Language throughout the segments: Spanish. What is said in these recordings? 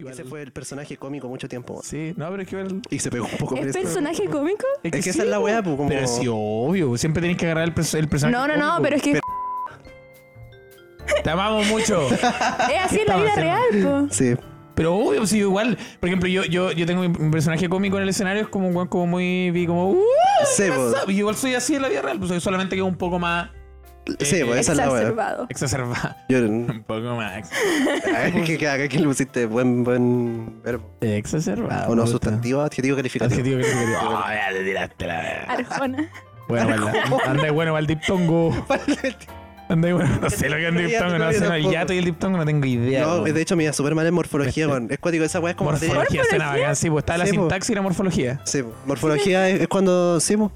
Igual- Ese fue el personaje cómico mucho tiempo. Sí, no, pero es que igual- Y se pegó un poco. por ¿Es eso. personaje cómico? Es que sí, esa es la po. weá, pues, como... Pero sí, obvio, siempre tenés que agarrar el, pers- el personaje. No, no, no, cómico. pero es que Te amamos mucho. es así en la estaba vida haciendo? real, po. Sí. Pero obvio, sí, igual. Por ejemplo, yo, yo, yo tengo mi, mi personaje cómico en el escenario, es como un weón como muy. vi como. "Uh, Sí, pues. ¿qué po. pasa?". Y igual soy así en la vida real, pues soy solamente que un poco más Sí, pues, esa es la weá. Exacerbado. exacerbado. Yo... Un poco más. Ay, que, que, que le pusiste buen, buen verbo. Exacerbado. O no, puta. sustantivo, adjetivo calificativo. Adjetivo que Ah, ya te tiraste Ah, la. Arjona. Bueno, anda- anda de bueno, va el diptongo. Anda de bueno, no sé lo que es un diptongo, no sé, no, el yato y el diptongo no tengo idea. No, güey. de hecho me iba súper mal en morfología, Este- weón. Es cuático, esa weá es como... materia- Morfología suena bacán, sí, pues está la Sí, po. sintaxis y la morfología. Sí, po. morfología es, es cuando... Sí, po.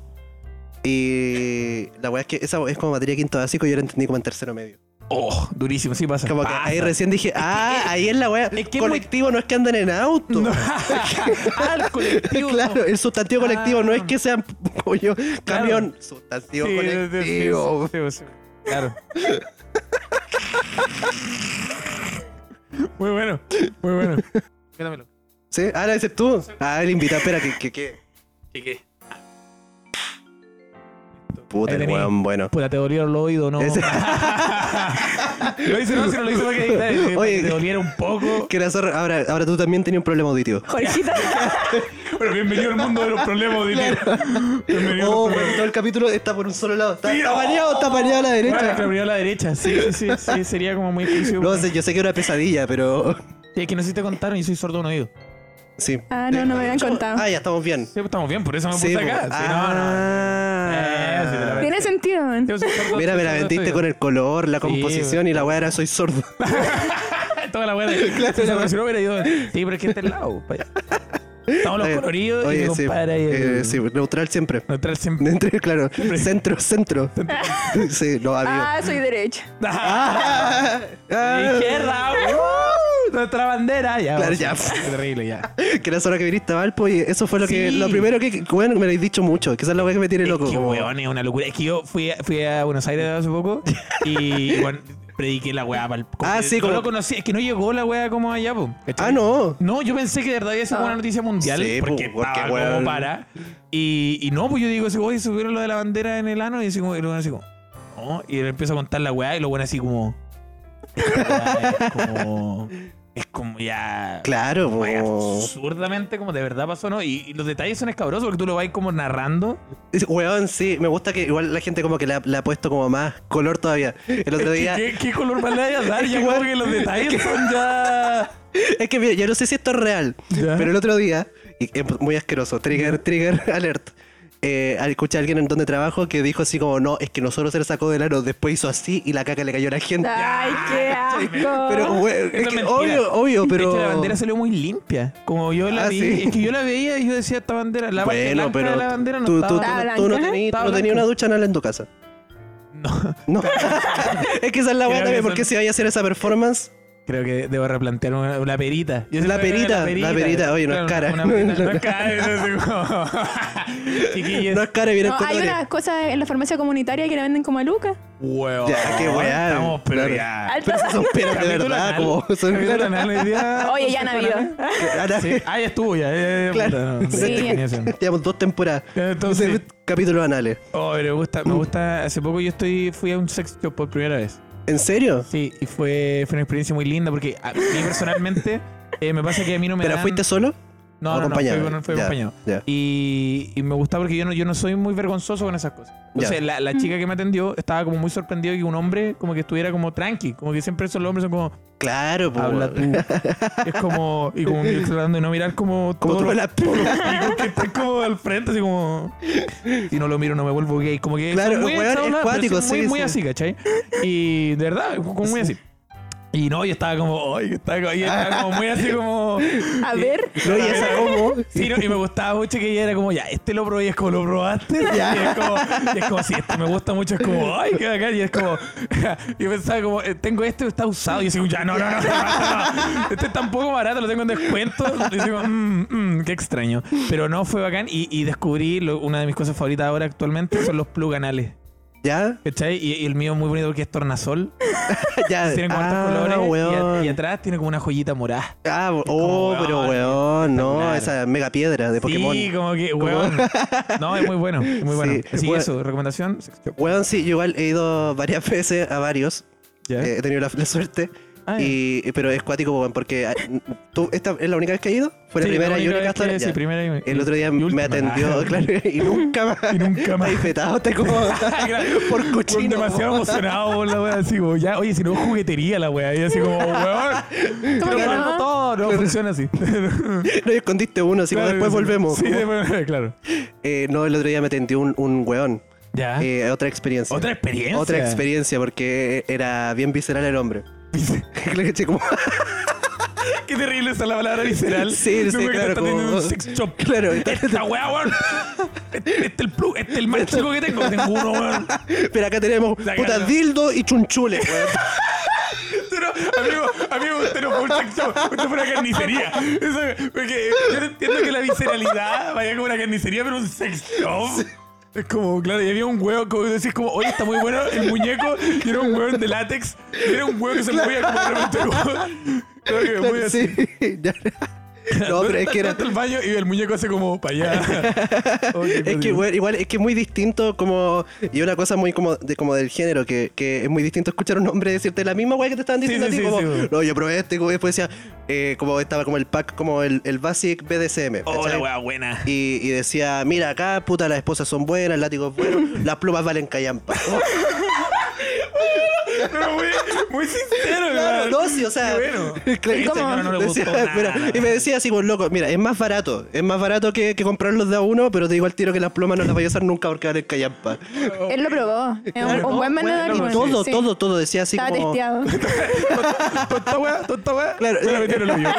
Y la weá es que esa es como materia quinto básico y yo la entendí como en tercero medio. Oh, durísimo, sí pasa. Como que Pasa. ahí recién dije, ah, ahí es la weá. es que es muy- colectivo no es que anden en auto. No. Ah, el colectivo. Claro, el sustantivo colectivo Ah. no es que sean como yo, camión, sustantivo Sí, colectivo. sí, sí, sí, sí, Claro. Muy bueno, muy bueno. Cuéntamelo. ¿Sí? Ah, la dices tú. Ah, el invitado, espera, que, que, que. ¿Qué qué? Puta, Ahí el tení. weón, bueno. Puta, te dolieron los oídos, ¿no? Ese- lo hice, no, si no lo hice porque te, Oye. eh, te doliera un poco. Que era zorra. ahora, ahora tú también tenías un problema auditivo. Jorgito. Pero bienvenido al mundo de los problemas, dile. Bienvenido. Oh, bueno, todo el capítulo está por un solo lado. Está, Sí, está oh. paneado, está paneado a la Claro, que derecha. abrió a la derecha, sí, sí, sí, sí, sería como muy difícil. No sé, yo sé que era una pesadilla, pero. Sí, es que no sé si te contaron y soy sordo de un oído. Sí. Ah, no, no me habían contado. Ah, ya estamos bien. Sí, pues estamos bien, por eso me puse Sí, Ah. acá. po. Sí, no, no. Eh, sí, te la Ah. verdad. Tiene sentido, man. Yo soy sordo, Mira, me la soy sordo de vendiste oído. con el color, la Sí, composición y la weá era soy sordo. Toda la weá. Claro, si no hubiera ido. Sí, pero es que este es el lado. pa' allá. Estamos los Oye, coloridos y Eh, oye, mi sí, compadre ahí. eh, el- sí, neutral siempre. Neutral siempre. Entre, claro, centro, centro. Sí, no, amigo. Ah, soy derecha. Ah, ah, Izquierda. ¡uh! Nuestra bandera. Ya, Claro, vamos, ya. Qué terrible, ya. que era solo que viniste a Valpo y eso fue lo que Sí. lo primero que bueno, me lo habéis dicho mucho, que esa es la weá que me tiene loco. Es que, como- weón, es una locura. Es que yo fui, a- fui a Buenos Aires hace poco y, bueno, prediqué la weá para el... Ah, sí, no como- lo conocí. Es que no llegó la weá como allá, po. ah, no. No, yo pensé que de verdad había sido Ah. una noticia mundial. Sí, po, porque porque, estaba weón. como para. Y, y no, pues yo digo, así, oye, subieron lo de la bandera en el ano. Y así como, y luego así como, no. Y él empieza a contar la weá. Y lo bueno así como. "Esta weá Es como. Es como ya. Claro, como ya po. Absurdamente, como de verdad pasó, ¿no? Y, y los detalles son escabrosos porque tú lo vas como narrando. Es- Weón, sí, me gusta que igual la gente como que le ha, le ha puesto como más color todavía. El otro día. ¿Qué, qué color más le vayas a dar? Ya como igual- que los detalles son ya. es que mira, yo no sé si esto es real, Ya. pero el otro día, y es muy asqueroso, trigger, trigger alert. Eh, al- escuché a alguien en donde trabajo que dijo así como, no, es que nosotros se la sacó del ano, después hizo así y la caca le cayó a la gente. Ay, qué asco. Pero, weón, Eso es es que mentira. obvio, obvio, De pero. hecho, la bandera salió muy limpia. Como yo la Ah, vi, sí. es que yo la veía y yo decía esta bandera, la parte bueno, blanca pero de la bandera no tú, tú- estaba- Estaba tú no blanca. tenías Estaba no tenías blanca. una ducha anal en tu casa. No, No. es que esa es la Creo buena que también, son- porque si vaya a hacer esa performance, creo que debo replantear una, una perita. Yo La siempre veo perita, la perita, oye, no es cara. Una, una perita, no es cara, es así como- Chiquillos, no es cara y viene No, con hay gloria. unas cosas en la farmacia comunitaria que la venden como a Luca. hueón, Ya, qué weá. Estamos, pero Claro. ya. Alto. Esas Son peras de Capítulo verdad, anal. como son Capítulo claro, anal hoy día. Oye, ya Navidad. anal. Sí. Ah, ya estuvo ya. eh, Claro. puta, no, Sí. no tenía sentido. Llevamos dos temporadas. Entonces, Capítulos anales. oh, pero me gusta, me gusta. Hace poco yo estoy, fui a un sex shop por primera vez. ¿En serio? Sí, y fue, fue una experiencia muy linda porque a mí personalmente eh, me pasa que a mí no me ¿Pero dan- fuiste solo? no, no, no, fue, acompañado? con- fue Ya, acompañado. ya. Y, y me gustaba porque yo no, yo no soy muy vergonzoso con esas cosas. Entonces, Ya. la, la chica que me atendió estaba como muy sorprendido que un hombre como que estuviera como tranqui. Como que siempre son los hombres son como, Claro, pues. habla tú. es como, y como yo tratando de no mirar como Como tú todo lo- hablas tú. y como que está como al frente, así como. Si no lo miro, no me vuelvo gay. Como que. Claro, son muy weón, echados es a hablar, pero cuático, son muy, sí, muy sí. así, ¿cachai? Y de verdad, como muy así. Y no, yo estaba como. Ay, estaba, como- y estaba como muy así como. A ver. No, y esa como. Sí, no, y me gustaba mucho que ella era como, ya, este lo probé, y es como, ¿lo probaste? Y es como, y es como, sí, este me gusta mucho, es como, ay, qué bacán, y es como, yo pensaba como, eh, tengo este, está usado, y yo digo, ya, no, no, no, no, no. este está un poco barato, lo tengo en descuento, y digo, mmm, mmm, qué extraño, pero no, fue bacán, y, y descubrí lo- una de mis cosas favoritas ahora actualmente, son los plug anales. ¿Ya? ¿Cachai? Y, y el mío es muy bonito porque es tornasol. ya. Tiene cuantos ah, colores. y a- weón. Y, atrás tiene como una joyita morada. Ah, oh, como, weón, pero weón, no, espectacular. esa mega piedra de Pokémon. Sí, como que, weón. No, es muy bueno. Es muy bueno. Sí, Sí, bueno. Eh, eso. Recomendación. sex shop. Weón, sí, yo igual he ido varias veces a varios. Ya. Eh, he tenido la, la suerte. Ah, y, pero es cuático, weón, porque ah, tú, esta es la única vez que he ido. Fue la Sí, primera única y única vez hasta que- ahora, sí, ya. primera y- El otro día y me última. atendió, claro, y nunca más. Y nunca más. Está infetado, está como por Weón, cochino. demasiado emocionado por la wea, así como, ya, oye, si no juguetería la wea, y así como, weón, ¿Cómo que quiero no? darlo todo, no funciona así. No escondiste uno, así como Claro, después sí. volvemos. Sí, después- claro. Eh, no, el otro día me atendió un, un weón. Ya. Eh, otra experiencia. Otra experiencia. Otra experiencia, porque era bien visceral el hombre. Le eché como- Qué terrible está la palabra visceral. Sí, sí, Nunca claro, Está teniendo como- un sex shop. Claro, está- Esta weá, weón. Este este el plug, este el más chico que tengo. Tengo uno, weón. Pero acá tenemos La puta cagada. dildo y chunchule. weón. Usted no- amigo, amigo, usted no fue un sex shop, usted fue una carnicería. Eso- porque yo no entiendo que la visceralidad vaya como una carnicería, pero un sex shop. Es como, claro, y había un huevo, como decís, como, oye, está muy bueno el muñeco, y era un huevo de látex, y era un huevo que se movía como de repente, como- Claro que muy Claro, así. sí. Ya. No, pero es que era. Entra al baño y el muñeco hace como para allá. Oh, qué Es que, cuático. weón, igual es que es muy distinto como... Y una cosa muy como, de, como del género, que, que es muy distinto escuchar a un hombre decirte la misma weá que te estaban Sí, diciendo sí, a ti. sí, como, sí, weón. no, yo probé este, y después decía, eh, como estaba como el pack, como el, el basic BDSM. Oh, la ¿cachai? wea buena. y, y decía, mira acá, puta, las esposas son buenas, el látigo es bueno, las plumas valen callampa. Pero muy, muy sincero, Claro, weón. Ah, no, sí, o sea. Qué bueno. claro, Este señor no le decía, gustó nada, mira, la y me decía así, pues loco, mira, es más barato, es más barato que, que comprarlos de a uno, pero te digo al tiro que las plumas no las voy a usar nunca porque valen callampa. Él lo probó. Es un, un buen Bueno, manual. todo, sí. todo, todo decía así Estaba como. testeado. Tonta wea, tonta wea. Claro, Se la eh, metieron el hoyo.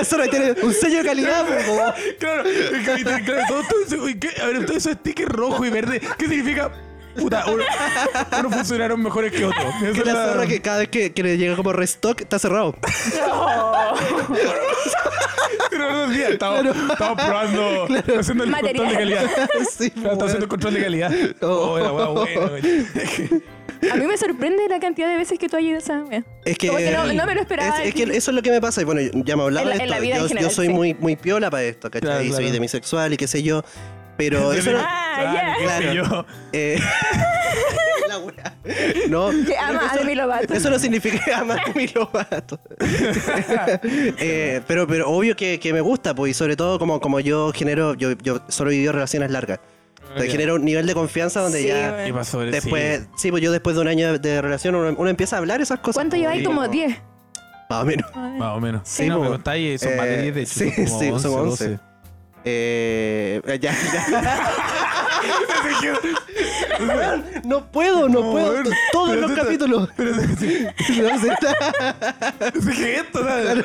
Eso no tiene un sello de calidad, pues, como, Claro, es que- claro, todo, todo eso, uy, ¿qué? A ver, todo eso sticker rojo y verde, ¿qué significa? Puta, uno, uno funcionaron mejores que otro. Esa que es la la- zorra que cada vez que, que le llega como restock está cerrado. Pero no, sí, estamos, estamos probando, haciendo el control de Material. calidad. sí, Claro, estamos haciendo el control de calidad. Oh, la wea buena. güey. A mí me sorprende la cantidad de veces que tú has ido a esa wea. Es que, Como que no, no me lo esperaba. Es, es que eso es lo que me pasa. Y bueno, ya me hablaba En la- de en esto. la vida en yo, general, yo soy sí. muy, muy piola para esto, ¿cachai? Claro, y soy claro. demisexual y qué sé yo. Pero eso no- Ah, ya. Claro, qué sé yo. eh, la wea. No. Que ama a Demi Lovato. Eso no significa que ama a mi lobato. Eh, pero, pero obvio que, que me gusta, pues, y sobre todo como, como yo genero, yo, yo solo he vivido relaciones largas. Entonces Ah, Ya. genero un nivel de confianza donde Sí, ya bueno. Y pasó el- sí. después, sí. pues yo después de un año de, de relación uno, uno empieza a hablar esas cosas. ¿Cuánto pues, lleváis? y Como 10. Más o menos. Más o menos. Sí, no, po. pero está ahí, son más Eh, de 10 de hecho. sí, son como sí, 11, son 11. 12. Eh, ya, ya. no puedo, no, No, puedo. weón. Todos Pero los tú estás- capítulos. Pero No, se está- es que esto, ¿sabes?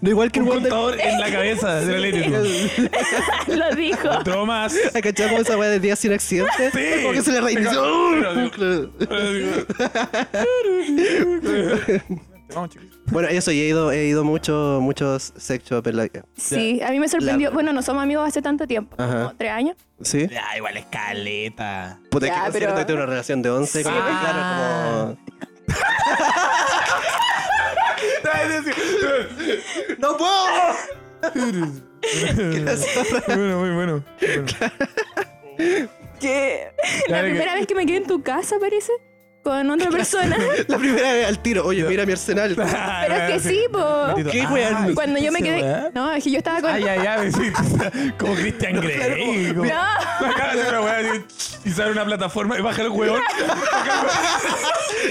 no, igual que el Un weón del- contador en la cabeza de la ley. lo dijo. Otro más. ¿Has cachado como esa weá de día sin accidente? Sí. Como que se le reinició. Pero- Claro. Vamos, chicos. Bueno, eso, y he ido, he ido mucho, muchos sex shop en la Sí, a mí me sorprendió. La- Bueno, no somos amigos hace tanto tiempo. Ajá. Como tres años. ¿Sí? Ya, Ah, igual es caleta. Puta, es Ya, que considerando pero- que tengo una relación de 11, como que, Ah. claro, como... ¡No puedo! bueno, muy bueno. que la Claro que- primera vez que me quedé en tu casa, parece, con otra persona. La primera vez al tiro. Oye, mira mi arsenal. Ah, Pero es que sí, po. ¿Qué, weón? Cuando yo me quedé. No, es que yo estaba con. Ay, ay, ay, sí, como Christian Grey. como- Acá hace una weá así, y sale una plataforma y baja el weón.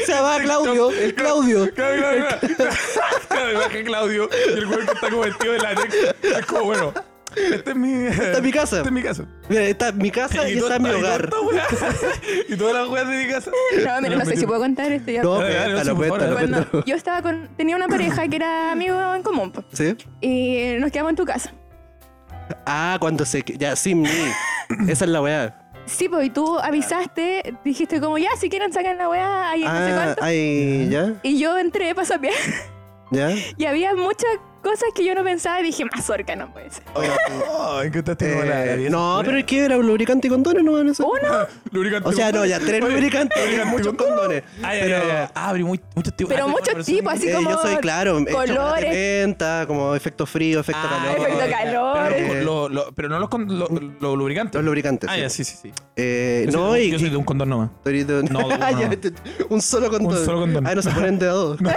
Se va Claudio, el Claudio. Claro, claro, claro. Claro, y baja Claudio y el weón que está como vestido de látex. Es como, bueno, esta es mi. Esta es mi casa. Esta es mi casa. Mira, está mi casa y todo- está mi y toda hogar. esta weá- Y todas las weas de mi casa. No, mira, no sé si puedo contar esto ya. No, Dale, dale, cuéntalo, no se cuéntalo, mejora. cuéntalo. Cuando yo estaba con. Tenía una pareja que era amigo en común, po. ¿Sí? Y nos quedamos en tu casa. Ah, cuando se... Ya, sin mí. Esa es la weá. Sí, pues, y tú avisaste, dijiste como, ya, si quieren sacan la weá, ahí no sé Ah, cuánto. ahí... ¿Ya? Y yo entré, pasó bien. ¿Ya? Y había mucha cosas que yo no pensaba y dije, mazorca no puede ser. Oh, encontraste como la- Eh, la- no, pero es que era un lubricante y condones, no van a ser. Uno, Lubricante O sea, no, ya tres Oye, lubricantes y lubricante muchos condones. Ay, pero ay, ay, ay. Ah, pero muy- muchos tipos. pero Ah, muchos pero sí. tipos, así eh, como yo soy claro, eh, chocolate colores. menta, como efecto frío, efecto Ah, calor. eh, efecto ya. calor. Pero, lo- lo- pero no los, con- lo- los lubricantes. Los lubricantes. Ah, sí. ya, sí, sí, sí. Eh, Yo no, soy, y yo soy de un condón nomás. Tú eres de un- No, de uno, Ya, no. este- un solo condón. Un solo condón. Ah, no se ponen de a dos.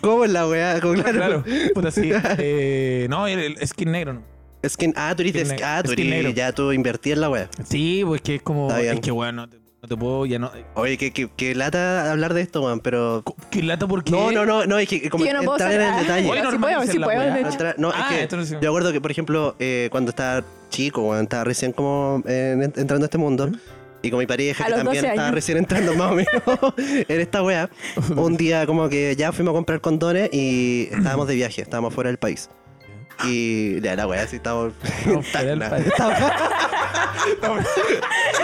¿Cómo es la weá? Como, claro. Claro, puta, sí. Eh, no, el, el skin negro no. Skin, ah, tú eres de Skin skin. Ah, tú negro. eres- Skin negro. ya tú invertí en la weá. Sí, pues que es como. Está bien. Es que, weón, no, te- no te puedo. Ya no. Oye, que, que, que lata hablar de esto, man, pero. Co- Qué lata porque. No, no, no, no, es que como yo no puedo entrar en el sacar- detalle. Oye, Bueno, sí normalicen puedo, sí la puedo, weá. de hecho. Entra- no, Ah, es que esto no se- yo acuerdo que, por ejemplo, eh, cuando estaba chico, cuando estaba recién como eh, en- entrando a este mundo, y con mi pareja, A que los también 12 estaba años. recién entrando más o menos en esta wea, un día como que ya fuimos a comprar condones y estábamos de viaje, estábamos fuera del país. Y ya, la wea, así estábamos... Estamos fuera del país.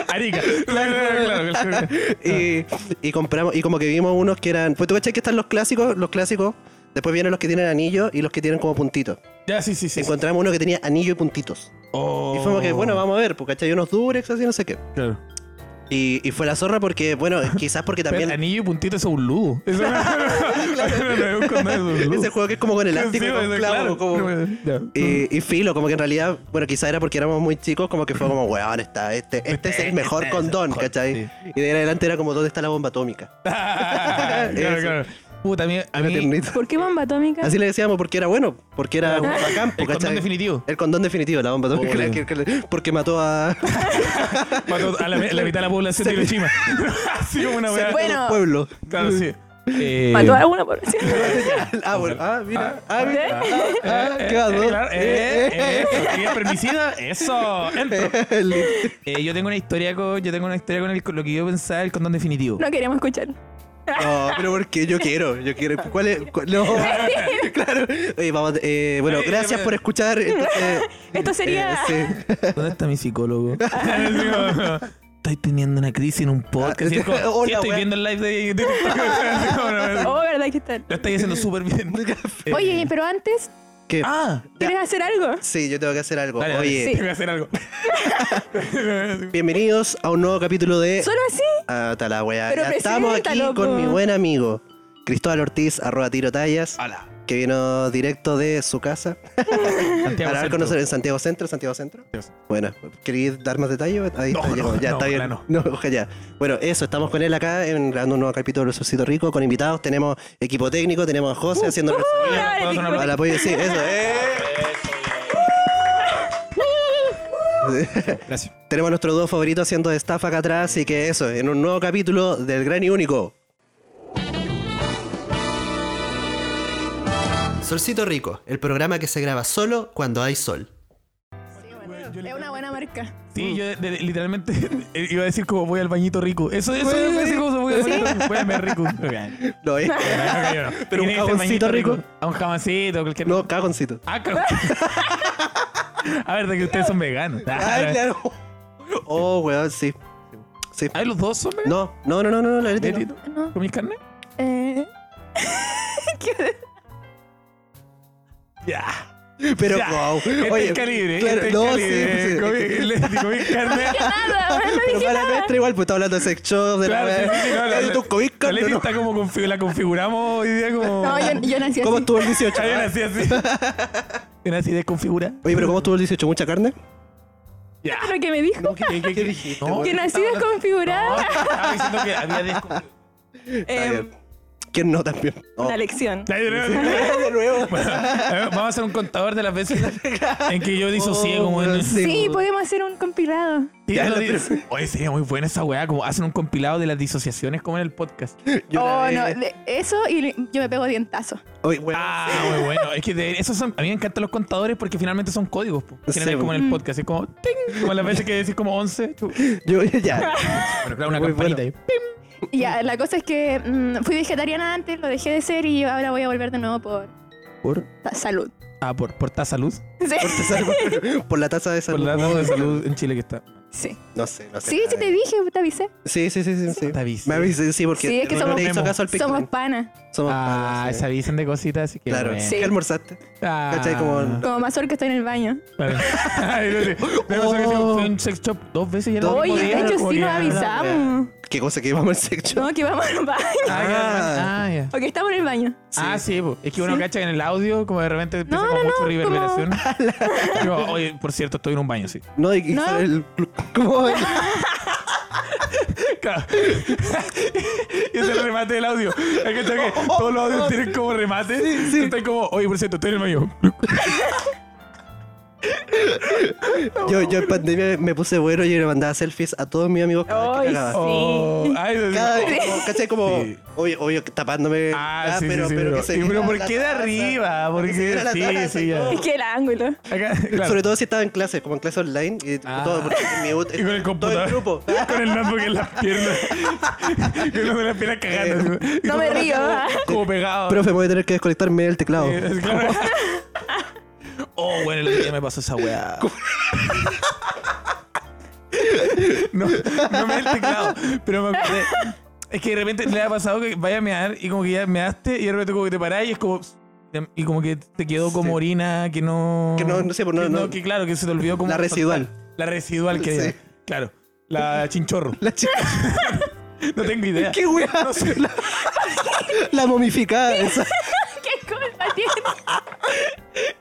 Arica. Claro, claro, claro. claro. y, y compramos, y como que vimos unos que eran... Pues tú cachai que están los clásicos, los clásicos, después vienen los que tienen anillo y los que tienen como puntitos. Ya, sí, sí, sí. Encontramos uno que tenía anillo y puntitos. Oh. Y fue como que, bueno, vamos a ver, porque hay unos durex, así no sé qué. Claro. Y, y fue la zorra porque, bueno, quizás porque También... también anillo y puntito eso es un ludo. Eso no, no es un condón, eso es un ludo. ese juego que es como con elástico, Sí, y con eso, clavo, claro. como- Ya. Y, y filo, como que en realidad, bueno, quizás era porque éramos muy chicos, como que fue como, weón, está, este, este es el mejor Este es el condón, mejor, ¿cachai? Y de ahí en adelante era como, ¿dónde está la bomba atómica? claro, Eso. claro. Puta, a mí, a Era mí tiernito. ¿Por qué bomba atómica? Así le decíamos porque era bueno, porque era un campo, el condón ¿cachai? definitivo. El condón definitivo, la bomba atómica. Obvio. que- que- Porque mató a Mató a la, la mitad de la población de Hiroshima. Así como una weá. Bueno. al pueblo. Claro, sí. Eh, Mató a una población. Ah, bueno. Ah, mira. Ah, mira. ¿Eh? Ah, eh, qué gato. eh, claro, eh, eh, eso. ¿Querías permicida? Eso. Entro. Eh, yo tengo una historia con, yo tengo una historia con, el- con lo que yo pensaba el condón definitivo. No queríamos escuchar. No, pero porque yo quiero, yo quiero. ¿Cuál es? cuál- no. claro. Oye, vamos, eh, bueno, Oye, gracias oye. por escuchar. Entonces, Esto sería- eh, sí. ¿Dónde está mi psicólogo? Estoy teniendo una crisis en un podcast. Y es como, Ah, hola, sí, estoy weá. viendo el live de, de TikTok. Así como, no, no, Oh, ¿verdad que Eh, tal? Lo estáis haciendo súper bien. Eh, Oye, pero antes, ¿Qué? Ah, ¿quieres hacer algo? Sí, yo tengo que hacer algo. dale, dale, Oye, tengo que hacer algo. bienvenidos a un nuevo capítulo de. ¿Solo así? Ah, está la wea. Pero Ya estamos aquí preséntalo, con po. mi buen amigo Cristóbal Ortiz, arroba tiro tallas, Hola. que vino directo de su casa Santiago para hablar con Centro. nosotros en Santiago Centro. Santiago Centro. Dios. Bueno, ¿queréis dar más detalles? Ahí No, está, ya, no, ya no, está bien. ojalá No, ojalá. Bueno, eso, estamos con él acá en grabando un nuevo capítulo de Surcito Rico con invitados. Tenemos equipo técnico, tenemos a José haciendo el Uh, resumen. ahora puedo te- sonar una- al apoyo, sí, eso. ¡eh! Gracias. Tenemos a nuestro dúo favorito haciendo staff acá atrás, así que eso, en un nuevo capítulo del gran y único. Solcito Rico, el programa que se graba solo cuando hay sol. Sí, bueno, Es una buena marca. Sí, yo de- de- literalmente iba a decir como voy al bañito rico. Eso, eso, yo iba a decir como voy al bañito rico. Voy al baño rico. Ok. No, eh. Pero un Tiene que ser jaboncito bañito rico. A un jaboncito, cualquier. No, cagoncito. Ah, cabrón. a ver, de que ustedes son veganos. Ah, Ay, claro. Oh, weón, sí. Sí. ¿Ay, los dos son veganos? No, no, no, no, no, no, la Leti no. ¿Netito? No. ¿Comís carne? Eh... ¿Qué- Ya. Pero, Ya. wow. Este Oye, es calibre. claro, este es no, calibre. sí, sí. Comí- Leti, comí carne. Nada, no Pero dije para nada. nuestra igual, pues está hablando de sex shop, de Claro, la sí, sí, no, la- de tu COVID, La ¿no? Leti está como confi- la configuramos hoy día como. No, yo, yo nací así. ¿Cómo estuvo el 18? Ah, yo nací así. Yo nací desconfigurada. Oye, pero ¿cómo estuvo el 18? ¿Mucha carne? Ya. ¿Pero que me dijo? ¿Qué, qué, dijiste? No, Que nací desconfigurada. estaba diciendo que había desconfigurado. Está Eh, bien. ¿Quién no también? No. una lección. de nuevo. A ver, Vamos a hacer un contador de las veces en que yo disocié como en... Sí, pues. Sí, como- podemos hacer un compilado. Sí, Ya, lo la- dis- Oye, sería muy buena esa weá, como hacen un compilado de las disociaciones como en el podcast. Yo una Oh, vez- no, de- eso y le- yo me pego dientazo. Oye, weón, Ah, muy bueno. Es que de, esos son, a mí me encantan los contadores porque finalmente son códigos. po. En general, Sí. como en el podcast, es como... ting, Como las veces que decís como 11. chu. yo ya. Bueno, claro, una Muy campanita ahí. Y ya, la cosa es que mm, fui vegetariana antes, lo dejé de ser y ahora voy a volver de nuevo por ¿Por? sa- salud. Ah, por, por Tasalud. Sí. Por la taza de Por salud. la tasa de salud en Chile que está. Sí. No sé, no sé. Sí, nada sí de- te dije, te avisé. Sí, sí, sí, sí. sí. Te avisé. Me avisé, sí, porque Sí, es que no somos- le hizo caso al Pictman. Somos panas. Somos Ah, padres, sí. se avisan de cositas, así que. Claro, bueno. Sí. ¿qué almorzaste? Ah. ¿Cachai? Como- Como mazorca estoy en el baño. Vale. Ay, no sé. Me pasó que sí, fui a un sex shop dos veces y era Oh. Dos el mismo Oye, día, de hecho como sí que- nos avisamos. ¿Qué cosa que íbamos al sexo? No, que vamos al baño. Ah, ya, ah, ya. Ok, estamos en el baño. Ah, sí, po. es que uno Sí. cacha que en el audio, como de repente empieza No, con no, mucha no, reverberación. Yo, oye, por cierto, estoy en un baño, sí. No, y, y No. sale el- ¿Cómo? Claro. y es el remate del audio. Es que, está Oh, que todos los audios tienen como remate. Sí, sí. Están como, oye, por cierto, estoy en el baño. Yo, yo en pandemia me puse bueno y le mandaba selfies a todos mis amigos cada vez que Ay, cagaba. sí. Oh, ay, no sé. Cada Oh. vez, como, ¿cachai? Como, Sí. obvio, obvio, que tapándome. Ah, sí, pero, sí, sí, pero pero- que se y, pero viera ¿por la qué de taza, arriba? que se Porque viera la sí, taza y sí, ya. todo. Es que el ángulo. Acá, claro. Sobre todo si estaba en clase, como en clase online. Y Ah. todo, porque mi ut- Y con el Todo el computador. grupo. con el notebook en las piernas. Con el notebook en las piernas Eh. cagando. así. No me río. ¿ah? Como pegado. Profe, me voy a tener que desconectarme del teclado. Sí, Eh, es claro. Oh, bueno, el otro día me pasó esa weá. No, no me da el teclado, pero me acordé. Es que de repente le ha pasado que vaya a mear y como que ya measte y de repente como que te parás y es como... Y como que te quedó como Sí. orina que no... Que no- no sé, pues, no- que no. Que claro, que se te olvidó como... La residual. La residual, que Sí. Claro. La chinchorro. La chica. No tengo idea. ¡Qué weá! No sé. La, la momificada esa. ¿Qué culpa tiene?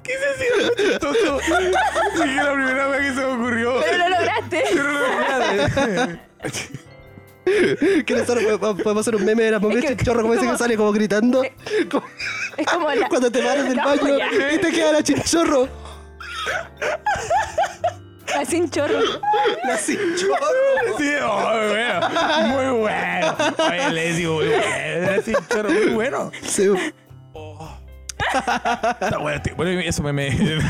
¿Qué se sido chistoso? Dije la primera vez que se me ocurrió. Pero lo lograste. Pero no lo Que nosotros po- po- podemos hacer un meme de la momia Es que- chinchorro como ese que como- sale como gritando. como- Es como la... cuando te paras del No, baño ya. y te queda la chinchorro. Así un chorro. La chinchorro. Sí, oh, muy bueno. Muy bueno. Oye, le digo, muy bueno. Así, chorro, muy bueno. Sí. Está bueno, tío. Bueno, eso me. me- Oye,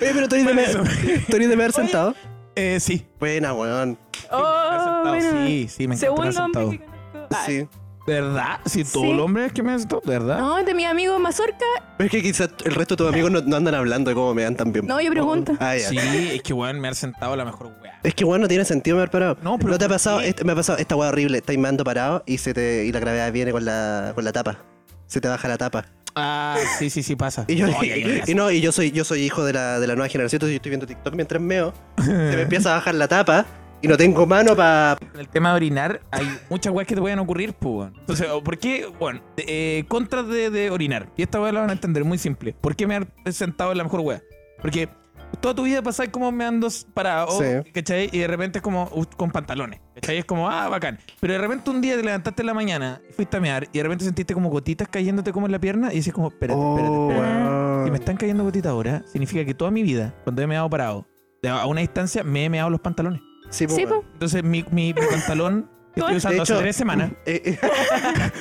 pero tú eres de Bueno, me- tú eres de me haber sentado. eh, sí. Buena, weón. Oh, sentado, bueno. sí, sí, me encanta Segundo estar sentado. hombre que conozco. Ah, Sí. ¿De verdad? Sí, todo Sí. el hombre es que me ha sentado, ¿de verdad? Ah, No, de mi amigo Mazorca. Pero es que quizás el resto de tus amigos no, no andan hablando de cómo me dan tan bien. No, yo pregunto. Ah, ya. Sí, es que, weón, me ha sentado la mejor weá. Es que, weón, no tiene sentido me haber parado. No, pero te ha ¿por pasado, qué? Este- me ha pasado esta weá horrible. Estás meando parado y, se te, y la gravedad viene con la, con la tapa. Se te baja la tapa. Ah, sí, sí, sí, pasa. Y yo, Oye, yo y no, y yo soy, yo soy hijo de la, de la nueva generación, entonces yo estoy viendo TikTok mientras meo, se me empieza a bajar la tapa y no tengo mano para... En el tema de orinar, hay muchas weas que te pueden ocurrir, pues, weón. Entonces, o ¿por qué? Bueno, eh, contras de, de orinar. Y esta wea la van a entender muy simple. ¿Por qué me han sentado en la mejor wea? Porque toda tu vida pasás como me ando parado, Sí. ¿cachai? Y de repente es como uh, con pantalones, ¿cachai? Es como, ah, bacán. Pero de repente un día te levantaste en la mañana, fuiste a mear y de repente sentiste como gotitas cayéndote como en la pierna y dices como, espérate, Oh. espérate, espérate. Ah. Si Oh, me están cayendo gotitas ahora, significa que toda mi vida, cuando he meado parado, de- a una distancia, me he meado los pantalones. Sí, po, Sí, pues. weón. Entonces mi, mi, mi pantalón que estoy De usando hace hecho- tres semanas. Eh, eh,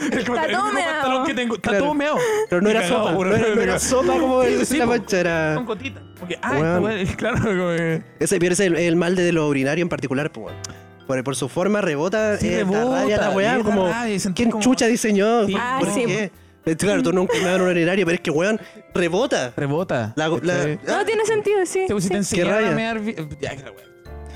El todo único meado. pantalón que tengo. Está Claro. todo meado. pero no Y era cagado, sopa, no por era, ejemplo, no era sopa como Sí, el- sí, la po. mancha, Con era... gotitas. Porque, ah, Weón. esta weá es claro. Como que... Ese, pero ese es el, el mal de, de lo urinario en particular, po, weón. por, por su forma rebota, Sí, eh, rebota, la rabia, la eh, weá, da como... rabia, sentí ¿Quién como- chucha diseñó? Sí, ¿Por- Ah, ¿Por sí, qué? Eh, Claro, tú nunca me das un urinario, pero es que, weón, rebota. Rebota. La- ah, la- Este, No tiene sentido, sí. Te pusiste sí. en rabia. a mear vi- Ya, que la weá.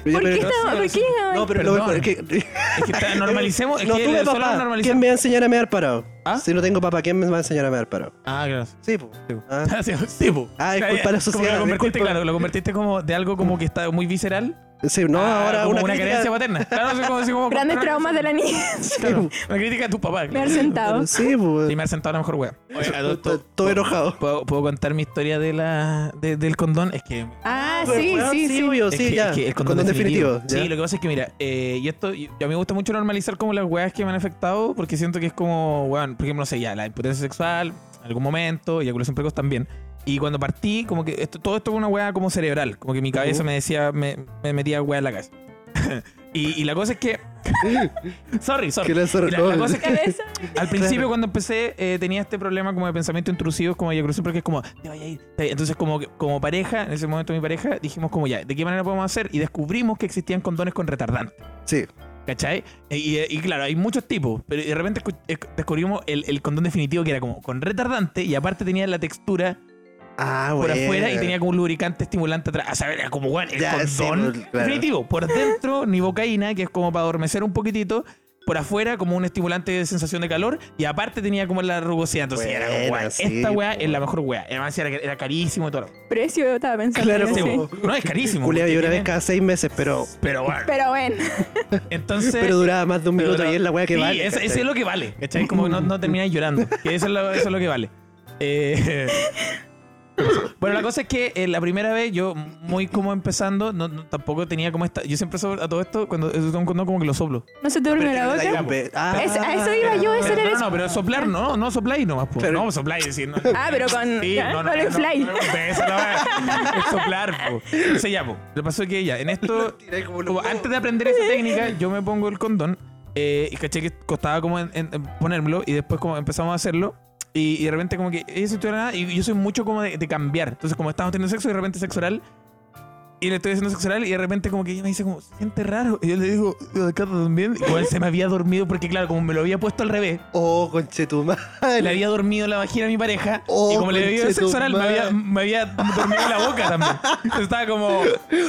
Pero- ¿Por Este qué pero- estaba? ¿Por qué? No, pero lo Perdón. mejor es que... Es que está- normalicemos. Es No que el tuve solo papá. normaliza- ¿Quién me va a enseñar a mear parado? ¿Ah? Si no tengo papá, ¿quién me va a enseñar a mear parado? Ah, claro. Sí, pues. Sí, po. Ah. Ah, sí, sí, po. Ah, es culpa de la Como que sociedad, Lo convertiste, disculpa. claro, lo convertiste como de algo como que está muy visceral. Sí, no, a ahora Ah, como una, una crítica- carencia paterna. Claro, así como, así como- Grandes una- traumas de la niñez. Sí, po. Una crítica a tu papá. Me claro. han sentado. Sí, pues. Sí, me ha sentado la mejor wea. todo, enojado. ¿Puedo, puedo contar mi historia de la, de- del condón? Es que. Ah, Pero, sí, weón, sí, sí. obvio, es sí, que- ya. es que el Condón definitivo. ya. Sí, lo que pasa es que, mira, eh, y esto, y- y a mí me gusta mucho normalizar como las weas que me han afectado, porque siento que es como, weón, por ejemplo, no sé, ya, la impotencia sexual, en algún momento, eyaculación precoz también. Y cuando partí, como que esto, todo esto fue una wea como cerebral, como que mi cabeza Ujú. me decía, me, me metía wea en la cabeza. y, y la cosa es que. sorry, sorry. Que la zorra- Y la- no, la cosa es que- Cabeza. al principio cuando empecé eh, tenía este problema como de pensamiento intrusivo, como de eyaculación, porque es como, te vaya a ir. te vaya a ir. Entonces como, que- como pareja, en ese momento mi pareja, dijimos como ya, ¿de qué manera podemos hacer? Y descubrimos que existían condones con retardante. sí. ¿Cachai? Y, y- y claro, hay muchos tipos, pero de repente escu- eh, descubrimos el, el condón definitivo que era como con retardante y aparte tenía la textura Ah, por bueno. afuera y tenía como un lubricante estimulante atrás. O sea, era como, bueno, el Ya, condón. sí, por- claro. Definitivo, por dentro, nivocaína, que es como para adormecer un poquitito. Por afuera, como un estimulante de sensación de calor. Y aparte tenía como la rugosidad. Entonces era como, Buena, guay, sí, pues, esta weá po. es la mejor weá. Además era, era carísimo y todo. lo- Precio, yo estaba pensando. Claro, en Sí. ese. como- No, es carísimo. Culeaba yo porque una vez tiene- cada seis meses, pero, Pero bueno. Pero bueno, Entonces. pero duraba más de un Pero minuto no- y es la weá que sí, vale. Ese, ¿cachai? ese es lo que vale, ¿cachai? Como no, no termináis llorando. Que eso, es lo, eso es lo que vale. Eh, bueno, la cosa es que eh, la primera vez yo, muy como empezando, no, no- tampoco tenía como esta. Yo siempre soplo a todo esto, cuando es un condón, como que lo soplo. no se te durmió la Pero boca. la llave- Ah, Es- a eso iba yo, ese Pero, era no, el. no, no, pero soplar no, no sopláis nomás. po. Claro. No, sopláis, decir, no. Ah, pero con. Sí, ya, no, no, con el no, fly. Ah, no, no, esa es la weá. Es soplar, po. Entonces ya, po. Lo pasó que ya, en esto, Tiráis como como loco. antes de aprender esa técnica, yo me pongo el condón. eh, y caché que costaba como en, en- en ponérmelo. Y después como empezamos a hacerlo. Y, y de repente como que ella se nada. Y yo soy mucho como de, de cambiar. Entonces como estábamos teniendo sexo y de repente sexo oral. Y le estoy haciendo sexo oral y de repente como que ella me dice como, siente raro. Y yo le digo, "Yo acá también. Igual se me había dormido porque claro, como me lo había puesto al revés. Oh, conchetumadre. Le había dormido la vagina a mi pareja. Oh, y como le había dado conche sexo tu oral, me madre. había, me había dormido en la boca también. Entonces estaba como.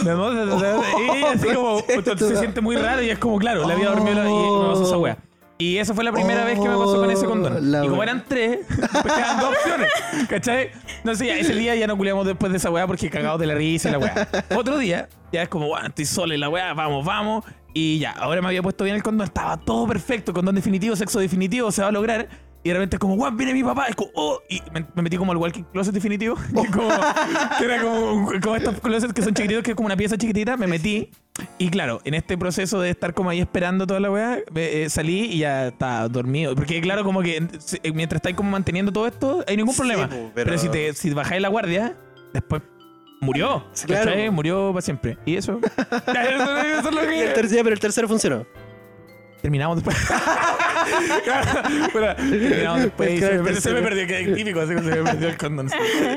"Me mo- me mo-". y ella así como. Oh, conche tu se madre. siente muy raro y es como, claro, le había dormido la- y me pasó esa wea. Y esa fue la primera vez que me pasó con ese condón. Oh, la y como wea. eran tres, pues quedaban dos opciones. ¿Cachai? No sé, ya ese día ya no culiamos después de esa weá porque cagados de la risa y la weá. Otro día, ya es como, bueno, estoy sola y la weá, vamos, vamos. Y ya, ahora me había puesto bien el condón, estaba todo perfecto, condón definitivo, sexo definitivo, se va a lograr. Y de repente es como, guau, viene mi papá. Es como, oh, y me, me metí como al walking closet definitivo. que como- que era como, un- como estos closets que son chiquititos, que es como una pieza chiquitita. Me metí. Y claro, en este proceso de estar como ahí esperando toda la weá, me- eh, salí y ya estaba dormido. Porque claro, como que en- se- eh, mientras estáis como manteniendo todo esto, hay ningún Sí, problema. po, pero... pero- si te si bajáis la guardia, después murió. Sí, claro. ¿cachai? Murió para siempre. Y eso. eso es lo Y el que... tercero, pero el tercero funcionó. Terminamos después. Bueno, terminamos después. y Claro, se, el me, se me tercero. perdió, que es típico, así que se me perdió el condón.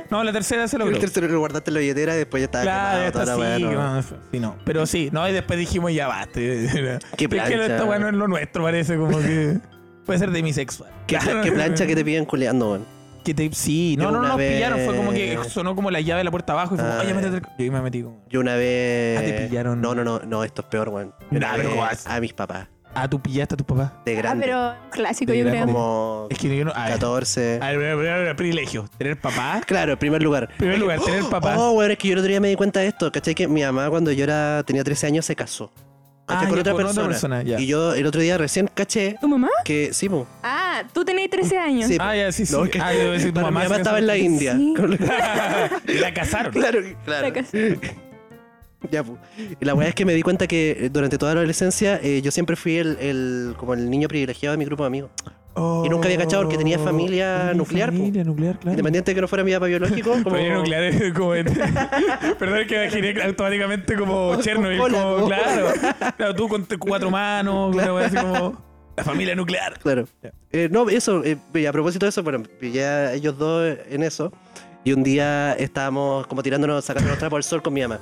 No, la tercera se logró. El tercero lo guardaste en la billetera y después ya estaba Claro, quemado, esta toda la sí, weá, ¿no? bueno, sí, no. Pero sí, no, y después dijimos ya basta. Qué Es que plancha. esta weá no es lo nuestro, parece como que. Puede ser demisexual. ¿Qué, pla- qué plancha que te pillan culeando, weón. Que te, sí, no, Yo no, no una nos vez- pillaron. Fue como que sonó como la llave de la puerta abajo y fue como, Ah, oye, ya. métete el. Yo ahí me metí como. Yo una vez. Ah, te pillaron. No, no, no, no, esto es peor, weón. Yo una Nah, vez pero ¿cómo vas? a mis papás, Ah, tú pillaste a tu papá. de Ah, grande. pero clásico, yo Era creo. Como Es que yo no. A ver, 14. a ver, a ver, a ver, privilegio. Tener papá. Claro, en primer lugar. En primer lugar, tener papá. Oh, weón, es que yo el otro día me di cuenta de esto. ¿Cachai? Que mi mamá, cuando yo era, tenía 13 años, se casó. ¿Cachai? Ah, con ya, otra con otra persona. persona, ya. Y yo el otro día recién caché ¿Tu mamá? que. Sí, po. Ah, tú tenías 13 años. Sí, Ah, ya, sí, sí. No, es que- Ah, yo iba a decir, tu Pero mi mamá mamá se estaba en la casó. India. Sí. La casaron. Claro, claro. Ya, pu. Y la weá es que me di cuenta que eh, durante toda la adolescencia eh, yo siempre fui el, el- como el niño privilegiado de mi grupo de amigos. Y nunca había cachado porque tenía familia nuclear, po. Oh, Familia nuclear, claro. Independiente de que no fuera mi papá biológico, como... Familia nuclear es como. Perdón, es que me imaginé automáticamente como Chernobyl. cola, como, ¿no? claro. Claro, tú con te- cuatro manos, una wea así como. La familia nuclear. Claro. Ya. Eh, no, eso, eh, y a propósito de eso, bueno, pillé a ellos dos en eso. Y un día estábamos como tirándonos, sacándonos trapos al sol con mi mamá.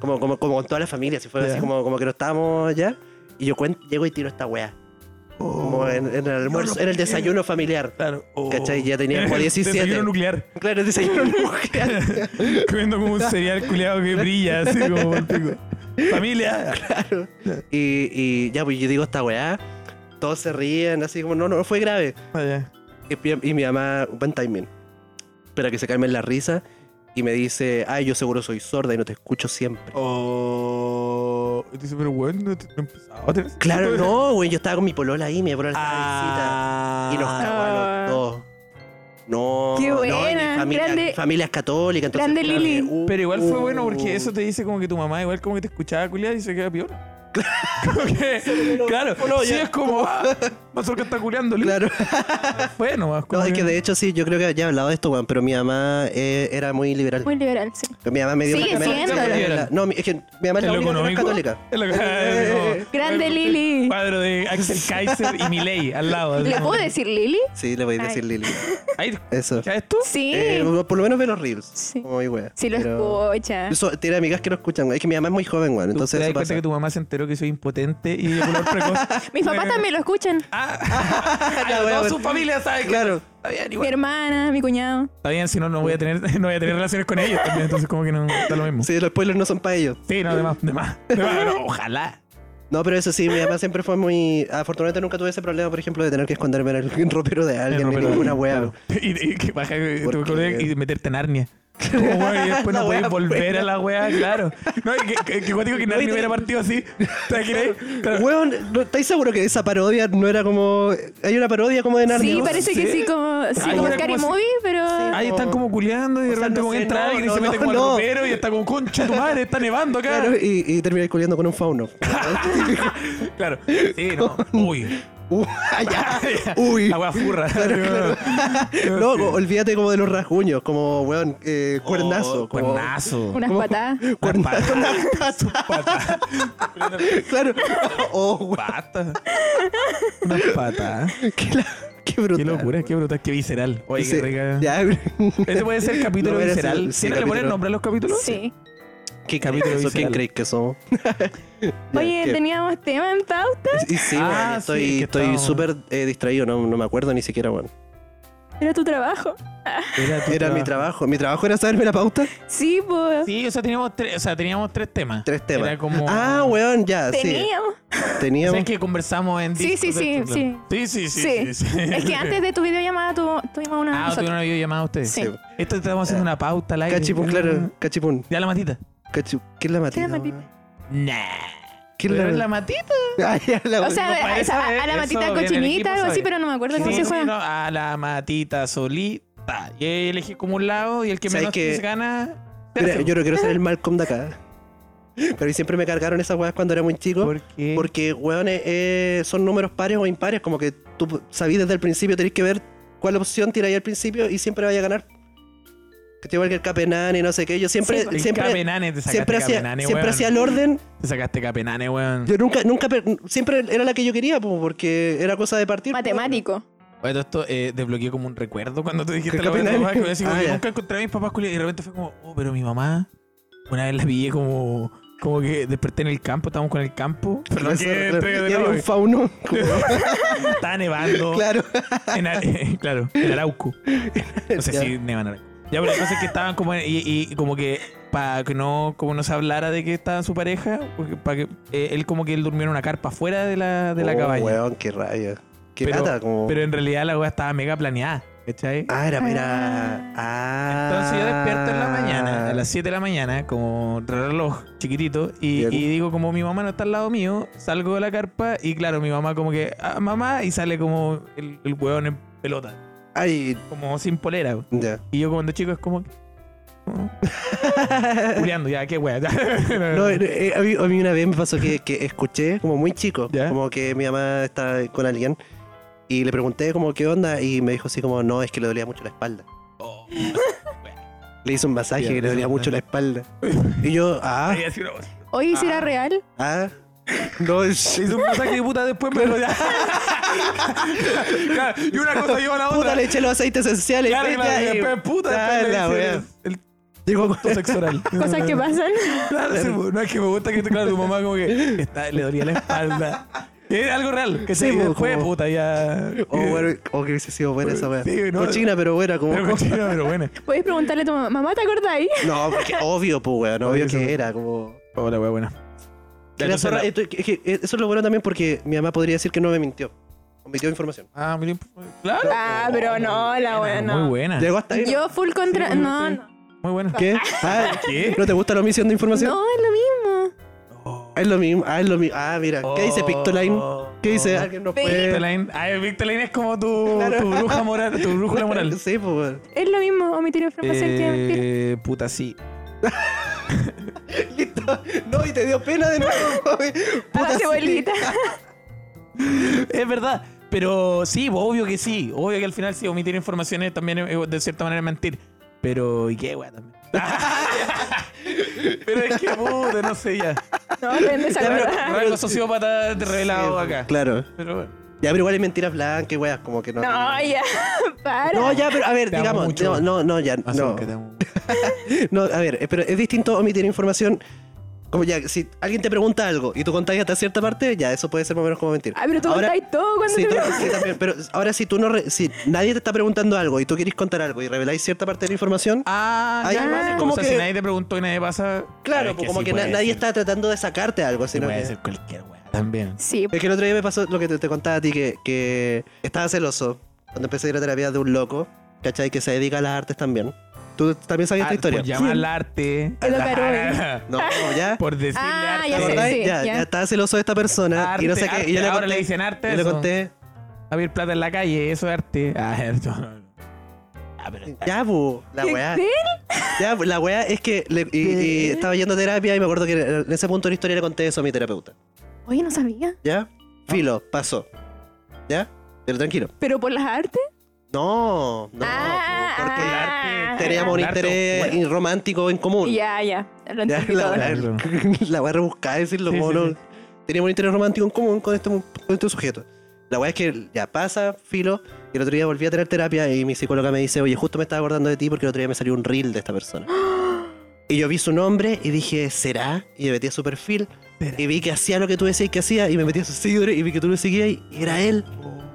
Como, como, como con toda la familia, si fue Ya. así como, como que no estábamos allá. Y yo cuen- llego y tiro esta weá. Oh. Como en, en el almuerzo, en el desayuno familiar. Claro. oh. ¿Cachai? Ya tenía como Desayuno 17. nuclear. Claro, el desayuno nuclear. Comiendo como un cereal culeado que brilla, así como el pico. Familia. Claro. Y, y ya, pues yo digo esta weá. Todos se ríen, así como, no, no, fue grave. Vaya. Y, pi- y mi mamá, buen timing. Espera que se calmen la risa. Y me dice, ay, yo seguro soy sorda y no te escucho siempre. Oh. Dice, pero bueno, no te- no empezaba. ¿Te- Claro, te- no, güey. Yo estaba con mi polola ahí, mi polola estaba Ah. de visita. Y nos cagó a los dos. No, Ah. Qué no, y mi buena, familia, grande- mi familia es católica, entonces. grande claro, Lili. que, uh, Pero igual fue bueno porque eso te dice como que tu mamá igual como que te escuchaba culiar y se queda peor. Como que, claro, sí es como ah, Mazorca está culiando. Claro. Fue nomás. como No, es que de hecho sí, yo creo que ya he hablado de esto, weón, pero mi mamá eh, era muy liberal. Muy liberal, sí. Mi mamá me dio Sigue me- siendo me- liberal. No, mi- es Eh, que mi mamá en es la lo única que no es económico. católica. en lo- Grande Lili. Cuadro de es el Kaiser y Milei al lado. ¿Le puedo decir Lili? Sí, le voy a Ay. decir Lili. Ahí, Eso. ¿Sabes tú? Sí. Eh, por lo menos ve los reels. Sí. Como mi wea. sí lo Pero- escucha. Eso, tiene amigas que no escuchan, güey. Es que mi mamá es muy joven, güey. Tú Entonces te das eso cuenta pasa. que tu mamá se enteró que soy impotente y ocular precoz. Mis papás también lo escuchan. Ah, La wea, toda pues. su familia sabe que- Claro. Está bien, Mi igual. hermana, mi cuñado. Está bien, si no, no voy a tener, no voy a tener relaciones con ellos también. Entonces, como que no está lo mismo. Sí, Sí, los spoilers no son para ellos. no, de más, de más. De más, pero ojalá. No, pero eso sí, mi mamá siempre fue muy... Afortunadamente nunca tuve ese problema, por ejemplo, de tener que esconderme en el ropero de alguien, ni ropero de ninguna alguien, wea. claro. Y, y que baja eh, ¿Por tu qué? colega y meterte en Narnia. Como, weón, y después La no wea podés volver buena. a la weá, claro. No, y que, que, que cuático que Narnia hubiera partido así. ¿Te imaginas? Claro. Weón, ¿no- ¿estáis seguro que esa parodia no era como... Hay una parodia como de Narnia? Sí, parece que sí. sí, como, sí, Ay, como era Scary como- Movie, pero. Ahí están como culeando y O de sea, repente no como sé, entra no, alguien y se no, mete no, como al no. ropero y está como, concha tu madre, está nevando acá. Claro, y, y termináis culiando con un fauno. Claro. Sí, no. Uy. Uh, ya. Uy. Ah, La wea furra. No, olvídate como de los rasguños, como, weón, eh, cuernazo. Oh, como- Cuernazo. Unas patadas. Cuernazo. Su pata. Claro. Oh, weón, Pata. Una pata. qué, la- qué brutal. Qué locura, qué brutal, qué visceral. Oye, Ese- qué rica. ya. Este puede ser capítulo No, era visceral. ese- sí, ¿Siempre le ponen capítulo. nombre a los capítulos? Sí. ¿Qué Capítulo capítulo visceral. ¿Quién creéis que somos? Ya, Oye, ¿qué? teníamos tema en pauta, Y sí, Ah, sí, weón, estoy es que estoy estábamos- súper eh, distraído, no, no me acuerdo ni siquiera, weón. era tu trabajo. Era, tu Era mi trabajo. Mi trabajo era saberme la pauta. Sí, pues. Sí, o sea, teníamos tres, o sea, teníamos tres temas. Tres temas. Era como. Ah, weón, ya, Teníamos. sí. O sea, Teníamos. es que conversamos en Sí, sí, Discord, sí, claro. Sí, sí, sí. Sí. Es que antes de tu videollamada tu- tuvimos una. Ah, nosotros. tuvieron una videollamada ustedes. Sí. Sí. Esto estamos haciendo una pauta live. Cachipún, Ah. pues, claro. Cachipún. Ya la matita. Cachi- ¿Qué es la matita? es la matita? weón? Nah. ¿Qué es ¿Pero la, es la matita? Ah, ya, la- O sea, a, parece- esa- a la eso matita viene el equipo, cochinita, algo así, ¿sabes? pero no me acuerdo cómo Sí, se sí, juega. no, a la matita solita. Y ahí elegí como un lado y el que ¿Sabes menos qué? puntos gana. Mira, yo no quiero ser el Malcolm de acá. Pero siempre me cargaron esas weas cuando era muy chico. Porque. Porque, weón, eh, eh, son números pares o impares. Como que tú sabís desde el principio, tenés que ver cuál opción tiráis al principio y siempre vaya a ganar. Que te igual que el Capenán y no sé qué. Yo siempre, Sí, pues. siempre, Capenane, te sacaste siempre, hacía, Capenane, siempre weón. hacía el orden. Te sacaste Capenane, weón. Yo nunca, nunca, per- siempre era la que yo quería, po, porque era cosa de partir. po. Matemático. Oye, todo esto eh, desbloqueé como un recuerdo cuando tú dijiste ¿Qué la verdad, Capenane? que voy a decir, como Ah, que ya. nunca encontré a mis papás culiados. Y de repente fue como, oh, pero mi mamá, una vez la pillé como, como que desperté en el campo, estábamos con el campo. Pero no que Eso, claro. estoy de Y había nuevo, un fauno. Estaba nevando. claro. En, Ar- claro, en Arauco. No sé Ya. si nevan Arauco. Ya, pero entonces que estaban como. en- Y, y como que. Para que no, como no se hablara de que estaba su pareja. Porque para que, eh, él como que él durmió en una carpa fuera de la, de la Oh, cabaña. Weón, qué raya. Qué pero, lata, como. pero en realidad la weá estaba mega planeada. ¿Cachai? Ah, era, era. Ah. Entonces yo despierto en la mañana, a las 7 de la mañana, como reloj chiquitito, y, Bien. y digo como mi mamá no está al lado mío, salgo de la carpa y claro, mi mamá como que, ah, mamá, y sale como el, el hueón en pelota, Ay, como sin polera. ya. Y yo cuando chico es como... que- como- Juliando, ya, qué wea. No, eh, a, mí, a mí una vez me pasó que, que escuché, como muy chico, ¿Ya? como que mi mamá estaba con alguien y le pregunté como qué onda y me dijo así como, no, es que le dolía mucho la espalda. Oh, Le hice un masaje Ya, que le dolía eso- mucho la espalda. Y yo, ah, ahí así lo- Oye, si era real. ah, no, es- Le hice un masaje de puta después, pero ya. Claro, y una cosa lleva a la puta, otra. le eché los aceites esenciales. Claro, peña, claro, y y- después, puta, Ah, después le la hice wea. el- Digo, el sexo oral. Cosas que pasan. Claro, sí, pues, no es que me gusta que claro, tu mamá como que está- le dolía la espalda. Es algo real. Que Sí, se pues, después, como- puta, ya. oh, bueno, oh, que hubiese sido buena esa wea. Sí, no. Cochina, pero buena, como. Pero cochino, pero bueno. Podéis preguntarle a tu mamá, mamá, ¿te acordáis? No, porque obvio, pues, weón, obvio Obvio, que sí. era, como. Hola, wea, buena. Que la zorra- esto- que- que- eso es lo bueno también porque mi mamá podría decir que no me mintió. Omitió información. Ah, mira, claro. Ah, pero no, la wea, no. Oh, Muy buena. Llegó hasta ahí. ¿no? Yo full contra. Sí, no, sí. no. Muy buena. ¿Qué? Ah, ¿Qué? ¿No te gusta la omisión de información? No, es lo mismo. Ah, es lo mismo. Ah, es lo mismo. Ah, mira. ¿Qué dice Pictoline? ¿Qué dice? Alguien nos puede. Oh. Pictoline. Ah, el Pictoline es como tu, tu bruja moral, tu brújula moral. Sí, pues. weón. Es lo mismo omitir información que mentir. Eh, puta, sí. Listo. No, y te dio pena de nuevo. güey. A Puta, la sí. cebolita. Es verdad. Pero sí, obvio que sí. Obvio que al final sí, omitir informaciones también es, de cierta manera mentir. Pero, ¿y qué, weá? También. Pero es que, puta, no sé ya. No, vende esa pero- cosa. Rango sociópata revelado Sí, pues, acá. Claro. Pero bueno. Ya, pero igual es mentiras blancas y weas, como que no. No, ya. Para. No, ya, pero a ver, Te amo digamos, mucho. no, no, no, ya, no. No, a ver, eh, pero es distinto omitir información. Como ya, si alguien te pregunta algo y tú contás hasta cierta parte, ya, eso puede ser más o menos como mentir. Ah, pero tú Ahora- contáis todo cuando Sí, te tú- veo. sí, también, pero ahora si tú no re- si nadie te está preguntando algo y tú querés contar algo y reveláis cierta parte de la información, Ah, Ahí ya. pasa, como o sea, que... si si nadie nadie te preguntó y nadie pasa. claro, pues, como que, na- nadie está tratando de sacarte algo, Se sino puede que- ser cualquier weá. También. Sí, Es que el otro día me pasó lo que te, te contaba a ti, que, que estaba celoso cuando empecé a ir a terapia de un loco, ¿cachai? Que se dedica a las artes también. ¿Tú también sabías esta historia? Por llamar pues, arte. Edo la- Carol. No, ya. Por decirle Ah, arte. ¿Te ya sé, acordás? sí, ya, ya. ya estaba celoso de esta persona y no Arte, sé qué. arte, y yo le ahora conté, le dicen arte Yo le eso. conté. Abrir plata en la calle, eso es arte. Ah, esto. Ah, pero. Ya, bu, la ¿Qué weá. crees? Ya, bu, la weá es que le- y, y estaba yendo a terapia y me acuerdo que en ese punto de la historia le conté eso a mi terapeuta. Oye, no sabía. ¿Ya? Filo, pasó. ¿Ya? Pero tranquilo. ¿Pero por las artes? No, no. Ah, porque ah, arte teníamos un El arte interés bueno. in- romántico en común. Ya, ya. Lo Ya, entendí la, todo. weá- la voy a rebuscar, decirlo Sí, como sí, no. sí. Teníamos un interés romántico en común con este, mu- con este sujeto. La weá es que ya pasa, filo, y el otro día volví a tener terapia y mi psicóloga me dice, oye, justo me estaba acordando de ti porque el otro día me salió un reel de esta persona. Y yo vi su nombre y dije, ¿será? Y me metí a su perfil ¿Será? y vi que hacía lo que tú decías que hacía y me metí a sus seguidores y vi que tú lo seguías y era él.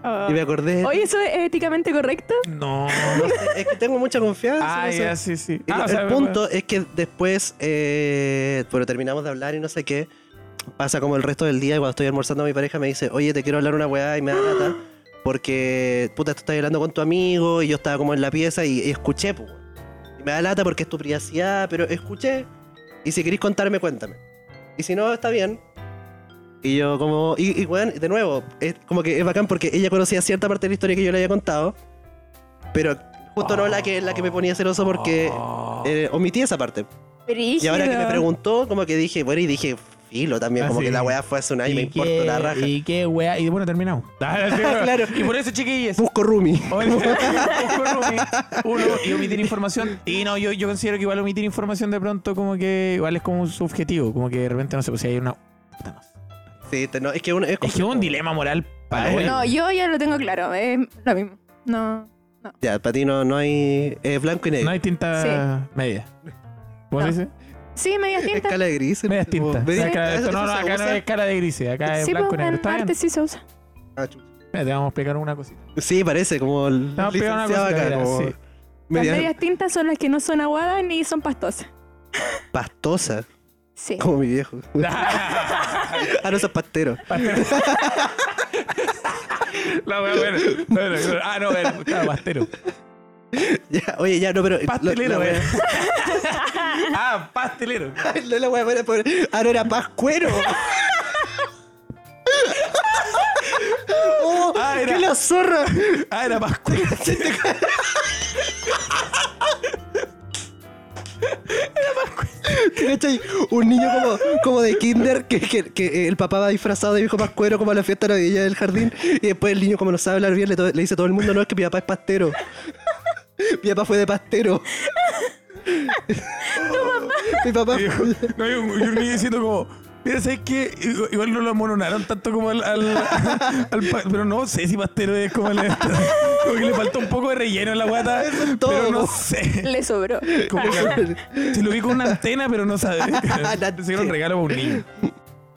Ah. Y me acordé. Oye, ¿eso es éticamente correcto? No. No sé, es que tengo mucha confianza. Ah, no sé. ya, sí, sí. El, Ah, o el sea, punto es que después, eh, bueno, terminamos de hablar y no sé qué. Pasa como el resto del día y cuando estoy almorzando mi pareja me dice, oye, te quiero hablar una weá y me da lata. Porque, puta, tú estás hablando con tu amigo y yo estaba como en la pieza y, y escuché, pues. weón. Y me da lata porque es tu privacidad, pero escuché. Y si querés contarme, cuéntame. Y si no, está bien. Y yo como... Y, y weón, de nuevo, es como que es bacán porque ella conocía cierta parte de la historia que yo le había contado. Pero justo no la que, la que me ponía celoso porque Oh. eh, omití esa parte. Y Brígido. ahora que me preguntó, como que dije, bueno, y dije, filo también, Ah, como sí. que la weá fue hace un año, me importa qué, la raja. Ah, Y qué wea. Y bueno, terminamos. claro. Y por eso, chiquillos. Busco Rumi. Oye, Uno, y omitir información. Y no, yo, yo considero que igual omitir información de pronto como que igual es como un subjetivo. Como que de repente, no sé, pues si hay una... puta, no sé. Sí, te- no, es que uno- es, Es que es un dilema moral Ah, para hoy. No, yo ya lo tengo claro. Es lo mismo. No. Ya, para ti no, no hay... Es blanco y negro. No hay tinta media. ¿Cómo No. se dice? Sí, medias tintas. Escala de gris. Medias ¿no? tintas. Medias- O sea, cara- ¿eso- esto no, eso no, se acá no usa? es cara de gris, acá es Sí, blanco pues y negro. en Está bien. arte sí se usa. Ah, chucha. Mira, te vamos a explicar una cosita. Sí, parece como el Estamos pegando una licenciado cosita, acá, mira, como sí. Las media medias tintas son las que no son aguadas ni son pastosas. pastosa, Sí. como mi viejo. Ah, no, eso es pastero. La wea, bueno, bueno, bueno. Ah, no, bueno, claro, pastero. Ya, oye, ya, no, pero... Pastelero, la- la bueno. wea- Ah, pastelero. No, la wea buena, pobre. Ah, no, era pascuero. oh, Ah, era- ¡Qué la zorra! Ah, era pascuero. ¿Te cachai? Un niño como, como de kinder que, que- que el papá va disfrazado de viejo pascuero como a la fiesta de navideña del jardín y después el niño como no sabe hablar bien le, to- le dice a todo el mundo no, es que mi papá es pastero. Mi papá fue de pastero. mi papá fue- No, hay un, y un niño diciendo como, mira, ¿sabes qué? Igual- Igual no lo mononaron tanto como al... al- al pa- pero no sé si pastero es como le... Como que le faltó un poco de relleno en la guata. todo, pero no po. sé. Le sobró. Como que se lo vi con una antena, pero no sabe. Se era un regalo para un niño.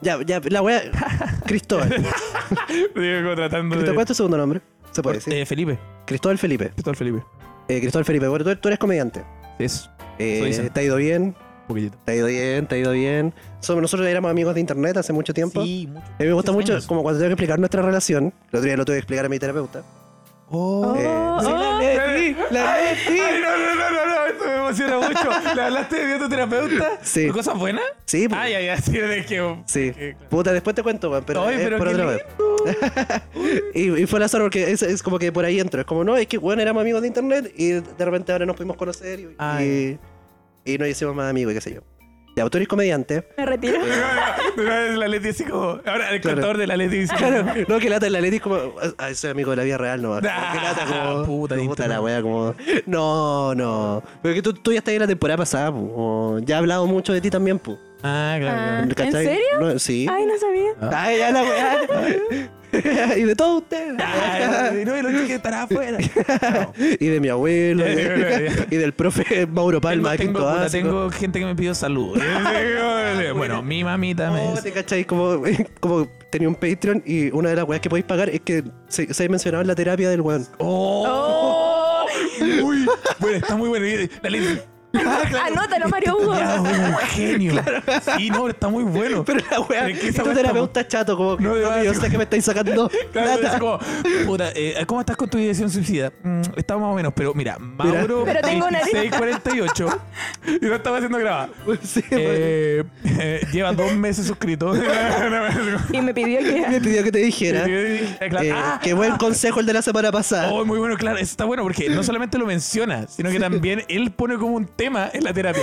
Ya, ya, la wea. Cristóbal. Digo, como tratando ¿Te de... acuerdas tu segundo nombre? Se puede decir. Eh, Felipe. Cristóbal Felipe. Cristóbal Felipe. Eh, Cristóbal Felipe, bueno, tú, tú eres comediante. Eso. Eso Eh, dicen. te ha ido bien, Un poquitito. te ha ido bien, te ha ido bien. Somos, nosotros éramos amigos de internet hace mucho tiempo. Sí, mucho. A mí me gusta Muchos mucho, años. como cuando tengo que explicar nuestra relación, el otro día lo tuve que explicar a mi terapeuta. Oh. Eh, Oh, sí, la hablé de ti, la hablé de ti. Ay, no, no, no, no, no, esto me emociona mucho. ¿Le hablaste de tu terapeuta? Sí. ¿Cosas buenas? Sí, po. Ay, ay, ay, sí, de que. Sí. que- Ah, claro. Puta, después te cuento, weón, pero, Ay, es pero por qué otra vez. y, y fue la zorra porque es, es como que por ahí entro. Es como, no, es que bueno, éramos amigos Ah, de internet y de repente ahora nos pudimos conocer y, Ay. y, y nos hicimos más amigos y qué sé yo. de autor y comediante. Me retiro. Una vez la Leti así como. Ahora el Claro. contador de la Leti dice. No, que lata el Atleti como. ah, ah, ese amigo de la vida real nomás. Como Ah, que lata como. puta, como puta diste- la wea, como. No, no. Pero que tú, tú ya estás ahí la temporada pasada, pu. Como, Ya he hablado mucho de ti también, pu. Ah, claro. Ah. ¿En serio? No, sí. Ay, no sabía. Ay, ya la wea. y de todos ustedes. Ah, claro. Ay, no, el otro que estará afuera. y de mi abuelo. Ya, ya, ya, ya. y del profe Mauro Tengo, Palma. tengo, quinto puta, básico. tengo gente que me pidió saludos. bueno, mi mamita me No, dice. Oh, te cachai, como, como tenía un Patreon y una de las weas que podéis pagar es que se, se mencionaba en la terapia del weón. Ah. ¡Oh! Uy, bueno, está muy bueno. La Leti. Anótalo, Mario Hugo. Ya, güey, un genio. Sí, no, está muy bueno. Pero la wea, Pero es que es esa tu wea está terapeuta chato, como, No, no, de verdad, yo sí. sé que me estáis sacando Claro, plata. es como, puta, eh, ¿cómo estás con tu dirección suicida? Mm, está más o menos, pero mira, Mauro Pero tengo una- 4648 y no estaba haciendo grabada. Sí, pues, Eh, eh, lleva dos meses suscrito. Y me pidió me que. pidió que te dijera. Eh, claro. eh, Ah, qué buen consejo el de la semana pasada. Oh, muy bueno, claro, eso está bueno porque no solamente lo menciona, sino que también él pone como un tema en la terapia.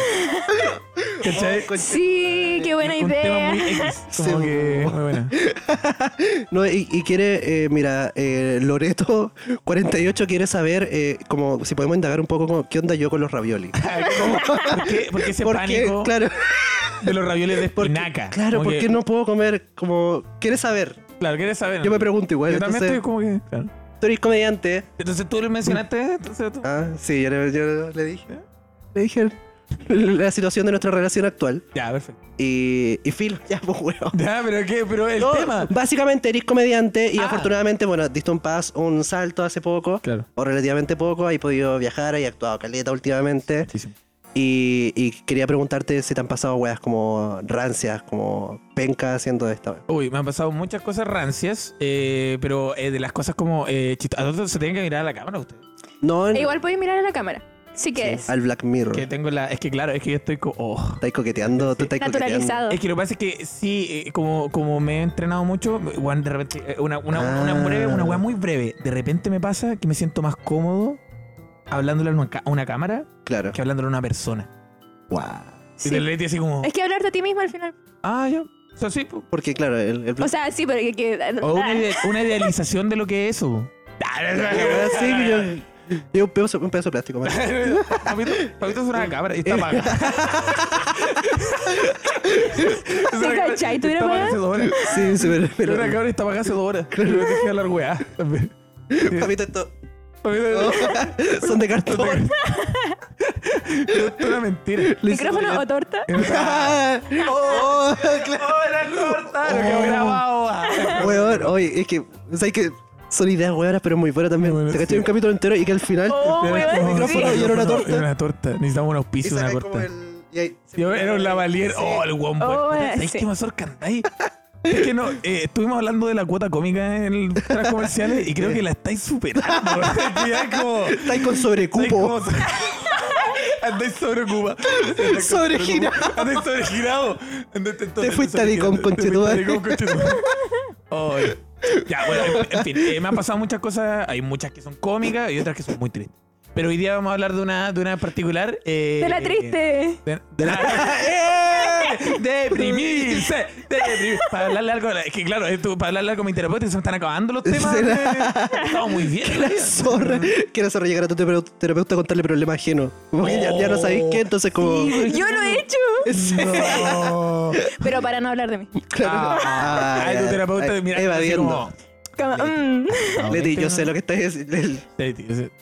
¿Cachai? Con- Sí, qué buena un tema idea. muy X. Sí, Como que. bueno. Muy bueno. No, y, y quiere, eh, mira, eh, Loreto 48 quiere saber, eh, como si podemos indagar un poco con- qué onda yo con los ravioli. ¿Por qué, por qué ese pánico claro, de los ravioles de porque- espinaca? claro, Como porque que- no puedo comer, como, quiere saber. Claro, ¿quieres saber? Yo me pregunto igual. Yo también entonces, estoy como que. claro. Tú eres comediante. Entonces tú lo mencionaste. Entonces, tú- Ah, sí, yo le, yo le dije. ah, Le dije la situación de nuestra relación actual. Ya, perfecto. Y, y filo, ya, pues, weón. Ya, pero ¿qué? Pero el No, tema. Básicamente eres comediante y Ah. afortunadamente, bueno, diste un pas, un salto hace poco. Claro. O relativamente poco, has podido viajar, has actuado caleta últimamente. Sí, sí. Y, y quería preguntarte si te han pasado weas como rancias, como penca haciendo esta wea. Uy, me han pasado muchas cosas rancias, eh, pero eh, de las cosas como eh, chist- ¿A dónde se tienen que mirar a la cámara ustedes? No, E igual puedes mirar a la cámara. Si quieres. al Black Mirror. Que tengo la. Es que claro, es que yo estoy como. oh. Estáis coqueteando, tú estáis coqueteando. Naturalizado. Es que lo que pasa es que sí, eh, como, como me he entrenado mucho, weón, de repente, eh, una, una, Ah. una breve, una weá muy breve, de repente me pasa que me siento más cómodo hablándole a una, ca- a una cámara Claro. que hablándole a una persona. Guau. Sí. Y de repente así como, Es que hablarte a ti mismo al final. ah, ya, o sea, sí, po. Porque, claro, el, el O Black sea, sí, pero que. que- O una, ah, ide- una idealización de lo que es eso. Mirror. Sí, yo. yo un pedazo, un pedazo de plástico, man. Papito, papito es una cámara y está paga. ¿Te cachai? ¿Tú eres Está paga paga? hace dos horas. Sí, sí, pero. Era pero una cámara y está paga hace dos horas. Pero yo dejé hablar weá. también. papito, esto- Papito, son de cartón. esto es una mentira. ¿Micrófono o torta? Ah, oh, claro. ¡Hola, corta! Lo que Oh. he grabado. Weón, oye, es que. ¿Sabes que Son ideas weonas, pero muy buenas también. Muy buenas, Te caché sí. un capítulo entero y que al final. Oh, Era como- weón, sí. micrófono y era una torta. Era una torta. Necesitamos un y auspicio de una sacáis como torta. el. y ahí- Yo era un lavalier. Oh, el guambo. Oh, eh, ¿Sabes sí. qué más cantáis? Es que no, eh, estuvimos hablando de la cuota cómica en el tras comerciales y creo que la estáis superando. ya es como. Estáis con sobrecupo. estáis como- Andáis sobreocupa. Andáis Sobregirado. sobreocupa. Andáis sobregirado. Andáis- entonces- Te fuiste a Dicom, Te fuiste a conchetumare. Dicom, conchetumare. Oh, ya, bueno, en, en fin, eh, me han pasado muchas cosas. Hay muchas que son cómicas y otras que son muy tristes. Pero hoy día vamos a hablar de una, de una en particular. eh, De la eh, triste. de, de la- ¡Eh! Deprimirse. de- deprimir- Para hablarle algo. Es que claro, esto- para hablarle algo a mi terapeuta se me están acabando los temas. Será. eh. Estamos muy bien. La zorra. Que la zorra llegar a tu tera- terapeuta a contarle problemas ajenos. Como que ya, ya no sabéis qué, entonces como. Yo lo he hecho. Sí. No. Pero para no hablar de mí. Claro. Ah, ay, tu terapeuta ay, mira evadiendo. Como, mm, Ah, Leti, yo sé lo que estás diciendo. Leti, yo sé.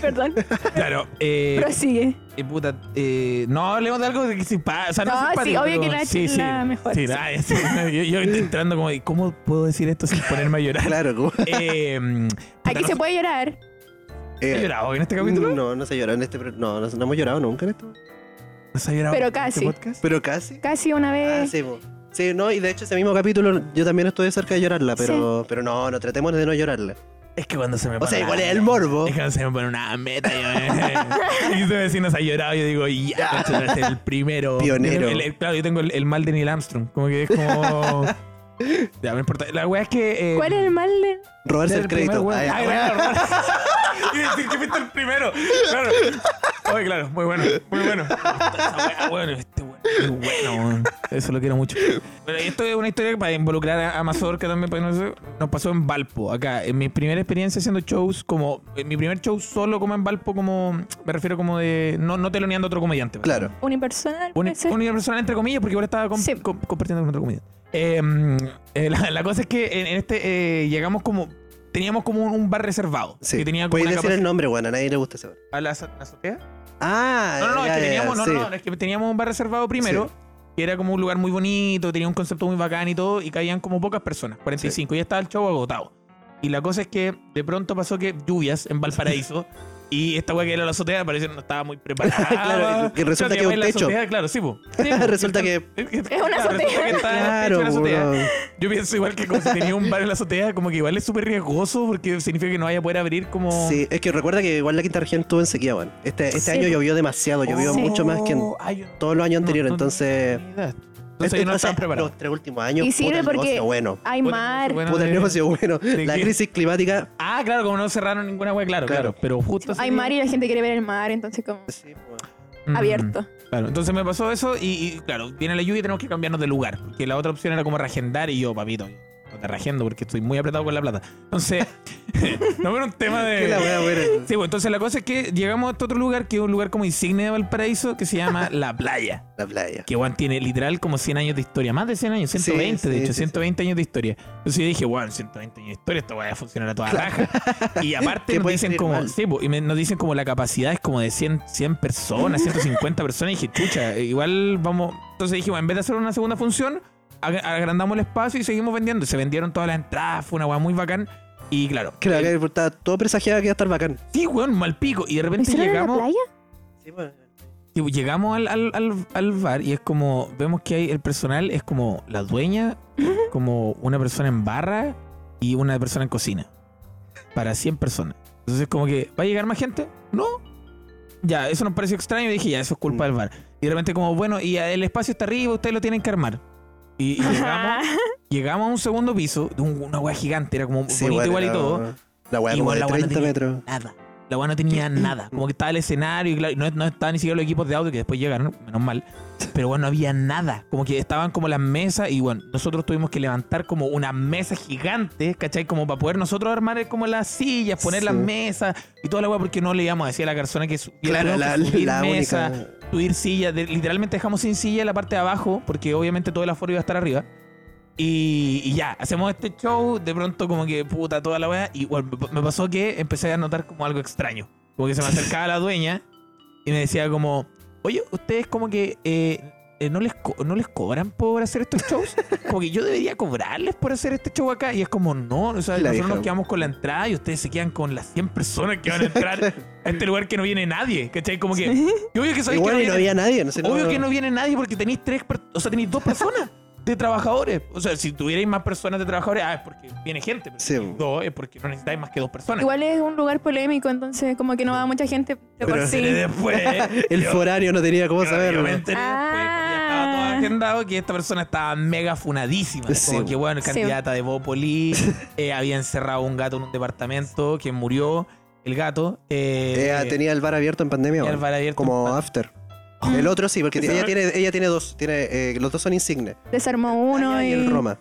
perdón. Claro, eh, Prosigue. eh, puta, eh, no hablemos de algo que simpa- o sea, no, No, sí, simpático, obvio pero que la- la mejor, Sí, sí. ay, sí, no, yo, yo entrando como, ¿y ¿cómo puedo decir esto sin ponerme a llorar? Claro, como. Eh, puta, Aquí no se sé, puede llorar. ¿Has eh, llorado en este capítulo? No, no se lloró en este. pro- No, no, no hemos llorado nunca en esto. ¿Has llorado Pero en este casi. podcast? Pero casi. ¿Eh? Casi una Ah, vez. sí, po. sí, no, y de hecho ese mismo capítulo yo también estuve cerca de llorarla, pero, pero no, no tratemos de no llorarla. Es que cuando se me O sea, para- igual es el morbo. Es que cuando se me pone una meta. Yo, eh. y de vecinos ha llorado. Yo digo, ya, este es el primero. Pionero. Yo tengo el- el- claro, yo tengo el, el mal de Neil Armstrong. Como que es como. ya, no importa. La wea es que. eh, ¿Cuál es el mal de.? Robarse ser el crédito. Ah, primer, Ay, weón. Ay, ay, weón, weón. Y decir que fuiste el primero. Claro. Oye, claro, muy bueno, muy bueno. Esta weá, weón, este weón Muy Bueno, weón. eso lo quiero mucho. Pero esto es una historia para involucrar a, a Mazorca también, para que no se- nos pasó en Valpo, acá. En mi primera experiencia haciendo shows, como en mi primer show solo como en Valpo, como me refiero como de no, no teloneando a otro comediante. ¿verdad? Claro. Unipersonal. Uni- puede ser. Única persona entre comillas, porque igual estaba com- Sí. com- compartiendo con otra comida. Eh, eh, la, la cosa es que en, en este eh, llegamos como. Teníamos como un, un bar reservado. Sí. Que tenía como Puedes una decir el capaci- nombre, weón. A nadie le gusta ese bar. ¿A la, la azotea? Ah, No, no, no, es ya, que ya, teníamos, no, sí. no, no, es que teníamos un bar reservado primero, que era como un lugar muy bonito, tenía un concepto muy bacán y todo, y caían como pocas personas, 45, y ya estaba el show agotado. Y la cosa es que de pronto pasó que lluvias en Valparaíso. Y esta weá que era la azotea parece que no estaba muy preparada. Claro, que resulta que es llamáis un la techo. azotea, claro, sí, po. Sí, po. Resulta que- Es Claro, resulta una que está azotea. hecho Claro, una azotea. weón. Yo pienso igual que como si tenía un bar en la azotea, como que igual es súper riesgoso porque significa que no vaya a poder abrir como... Sí, es que recuerda que igual la quinta región estuvo en sequía, weón. Este, este Sí. año llovió demasiado, llovió Oh, mucho más que en ay, yo- todos los años no, anteriores, no, no, no entonces... tenía idea. Entonces Este- ellos no o sea, estaban preparados. Los tres últimos años, Y sirve puta, el porque- negocio bueno. Hay Puta, mar. bueno, Puta, el de- negocio bueno. de La que- crisis climática... Ah, claro, como no cerraron ninguna wea, claro, Claro. claro. Pero justo... Hay ese mar y la gente quiere ver el mar, entonces como Sí, weón. día- abierto. Mm, Claro, entonces me pasó eso y, y, claro, viene la lluvia y tenemos que cambiarnos de lugar. Porque la otra opción era como reagendar y yo, papito, no te reagendo porque estoy muy apretado con la plata. Entonces, no era un tema de... Que la weá, weón. Sí, bueno, entonces la cosa es que llegamos a este otro lugar que es un lugar como insignia de Valparaíso que se llama La Playa. La playa. Que Juan tiene literal como 100 años de historia, más de 100 años, Sí, 120 de sí, hecho, sí, 120 años de historia. Entonces yo dije, Juan, 120 años de historia, esto va a funcionar a toda raja. Y ¿Qué aparte nos puede dicen salir como, mal? sí, po, y me- nos dicen como la capacidad es como de 100, 100 personas, 150 personas. Y dije, chucha, eh, igual vamos. Entonces dije, bueno, en vez de hacer una segunda función, ag- agrandamos el espacio y seguimos vendiendo. Se vendieron todas las entradas, fue una weá muy bacán. Y claro, Que la eh, weá, estaba todo presagiado que iba a estar bacán. sí, weón, mal pico. Y de ¿Lo repente hicieron en la llegamos. playa? Sí, weón. Tipo, llegamos al, al, al, al bar y es como, vemos que hay el personal es como la dueña, como una persona en barra y una persona en cocina. Para 100 personas. Entonces como que, ¿va a llegar más gente? No. Ya, eso nos pareció extraño y dije, ya, eso es culpa del bar. Y de repente como, bueno, y ah, el espacio está arriba, ustedes lo tienen que armar. Y, y llegamos, llegamos a un segundo piso, de un- una hueá gigante, era como Sí, bonito weón, igual y la- todo. La weá como Igual de la weá no 30 tenía metros. Nada. La weá no tenía nada. Como que estaba el escenario y claro, no, no estaban ni siquiera los equipos de audio que después llegaron, menos mal. Pero bueno, no había nada. Como que estaban como las mesas y bueno, nosotros tuvimos que levantar como una mesa gigante, ¿cachai? Como para poder nosotros armar como las sillas, poner Sí. las mesas y toda la weá, porque no le íbamos a decir a la persona que su- Claro, tuvimos la, que subir la mesa, única. subir sillas. de- literalmente dejamos sin silla la parte de abajo, porque obviamente todo el aforo iba a estar arriba. Y, y ya, hacemos este show, de pronto como que puta toda la weá. Y bueno, me- me pasó que empecé a notar como algo extraño. Como que se me acercaba la dueña y me decía como, oye, ustedes como que eh, eh, no, les co- no les cobran por hacer estos shows. Como que yo debería cobrarles por hacer este show acá. Y es como, no, o sea, La nosotros vieja. nos quedamos con la entrada y ustedes se quedan con las 100 personas que van a entrar a este lugar que no viene nadie. ¿Cachai? Como que... y obvio que sabéis que Igual no y viene- no había nadie, no sé. Obvio que no viene nadie porque tenéis tres, per- o sea, tenéis dos personas de trabajadores. O sea, si tuvierais más personas de trabajadores, ah, es porque viene gente. Pero Sí. si dos, es porque no necesitáis más que dos personas. Igual es un lugar polémico, entonces como que no va mucha gente de por Pero pues, sí. Pero después. El yo- forario no tenía cómo yo saberlo. me enteré después, porque ya estaba todo Ah. agendado que esta persona estaba mega funadísima. Sí, Como que, bueno, Sí. candidata de Bópoli, eh, había encerrado un gato en un departamento, que murió el gato. Eh, Eh, ah, tenía el bar abierto en pandemia, tenía el weón. bar abierto como en- after. El otro sí, porque Ese ella bar- tiene, ella tiene dos, tiene, eh, los dos son insignes. Desarmó uno Playa y... y el Roma.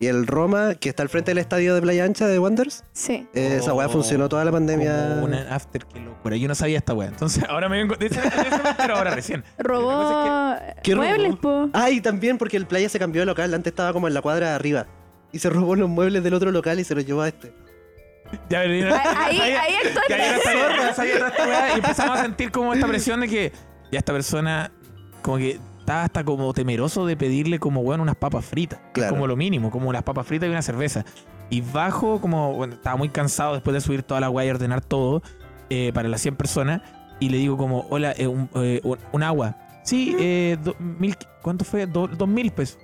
Y el Roma, que está al frente del estadio de Playa Ancha de Wanderers, Sí. eh, esa weá Oh, funcionó toda la pandemia. Como un after, qué locura. Yo no sabía esta weá. Entonces, ahora me vengo. de hecho, de hecho, me entero ahora recién. Robó ¿Qué robó? muebles, po. Ah, y también porque el Playa se cambió de local, antes estaba como en la cuadra de arriba. Y se robó los muebles del otro local y se los llevó a este. Ya, pero yo no- Ahí, sabía- ahí que ahí actuaste. era esta weá, sabía toda esta weá, Y empezamos a sentir como esta presión de que ya esta persona, como que estaba hasta como temeroso de pedirle como weón unas papas fritas. que es Claro. Como lo mínimo, como unas papas fritas y una cerveza. Y bajo, como bueno, estaba muy cansado después de subir toda la weá y ordenar todo eh, para las 100 personas. Y le digo como, hola, eh, un, eh, un- un agua. Sí, eh, do- mil, ¿cuánto fue? Do- dos mil pesos.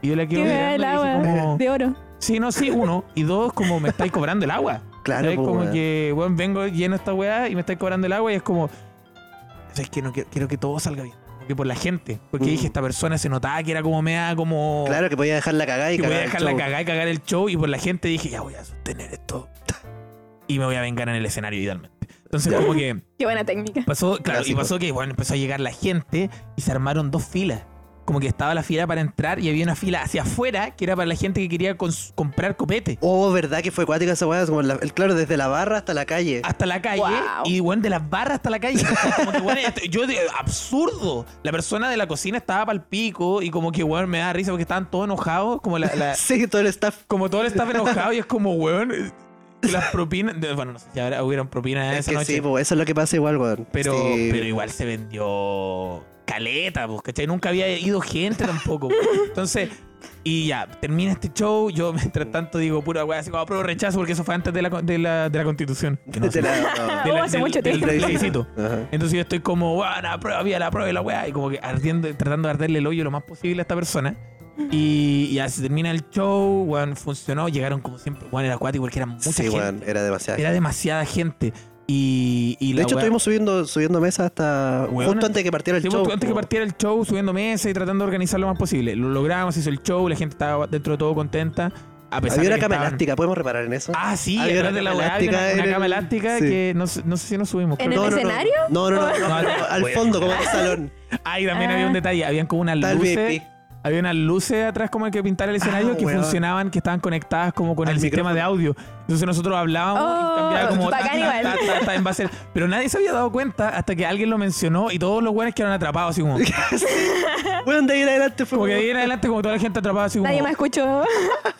Y yo la Qué quiero wea el agua de oro. Sí, no, sí, uno. Y dos, como me estáis cobrando el agua. Claro, ¿Sabes? po, como Ah, pues, weón. que, weón, vengo lleno esta weá y me estáis cobrando el agua y es como. ¿Sabes que No quiero, quiero que todo salga bien. Como que por la gente. Porque Mm. dije, esta persona se notaba que era como mea, como. Claro que podía dejar la cagada y que voy a cagar el dejar la show. cagada y cagar el show. Y por la gente dije, ya voy a sostener esto. Y me voy a vengar en el escenario, idealmente. Entonces, como que Qué buena técnica. pasó, claro, y Clásico. pasó que, bueno, empezó a llegar la gente y se armaron dos filas. Como que estaba la fila para entrar y había una fila hacia afuera que era para la gente que quería cons- comprar copete. Oh, verdad que fue acuática esa weá, como la- el claro, desde la barra hasta la calle. hasta la calle Guau. y bueno, de las barras hasta la calle. Como que, bueno, esto- yo de- absurdo. La persona de la cocina estaba pal pico y como que bueno, me da risa porque estaban todos enojados, como la, la- Sí, todo el staff. como todo el staff enojado y es como weón eh, las propinas, de- bueno, no sé si habrá- hubieron propinas Es esa que noche, sí, po, eso es lo que pasa igual, weón. pero Sí. pero igual se vendió caleta, pues, ¿cachai? Nunca había ido gente tampoco. po. Entonces, y ya, termina este show, yo mientras tanto digo pura weá, así como apruebo rechazo porque eso fue antes de la con- de la, de la constitución. Que no sé. De la- De la- Oh, hace del- mucho del tiempo. plebiscito. Ajá. Entonces yo estoy como, bueno, la prueba, había la prueba y la weá, y como que ardiendo, tratando de arderle el hoyo lo más posible a esta persona. Y y ya se termina el show, weón, funcionó, llegaron como siempre, weón, era acuático porque era mucha Sí, gente. weón, era demasiado. Era demasiada gente. Y, y de la hecho, weá- estuvimos subiendo, subiendo mesa hasta Weón, justo antes de que partiera el Sí, pues, show. antes que po. partiera el show, subiendo mesa y tratando de organizar lo más posible. Lo logramos, hizo el show, la gente estaba dentro de todo contenta. A pesar Había de una que cama estaban- elástica, ¿podemos reparar en eso? Ah, sí, Había atrás una de la cama weá había una, elástica una en cama el- elástica sí. que no, sé- no sé si nos subimos. En creo el que- escenario? No, no, no, no, No, no, no, al weón. fondo, como en el salón. Ah, y también Ah. había un detalle, habían como unas Tal luces. VIP. Había unas luces atrás como el que pintar el escenario Ah, que weón. funcionaban, que estaban conectadas como con Al el sistema de audio. Entonces nosotros hablábamos Oh, y cambiaba como ta, bacán ta, igual. ta, ta, ta, en base al- Pero nadie se había dado cuenta hasta que alguien lo mencionó y todos los buenos quedaron atrapados así como. Weón, de ahí en adelante fue. Como que de ahí como- en adelante como toda la gente atrapada así como. Nadie me escuchó.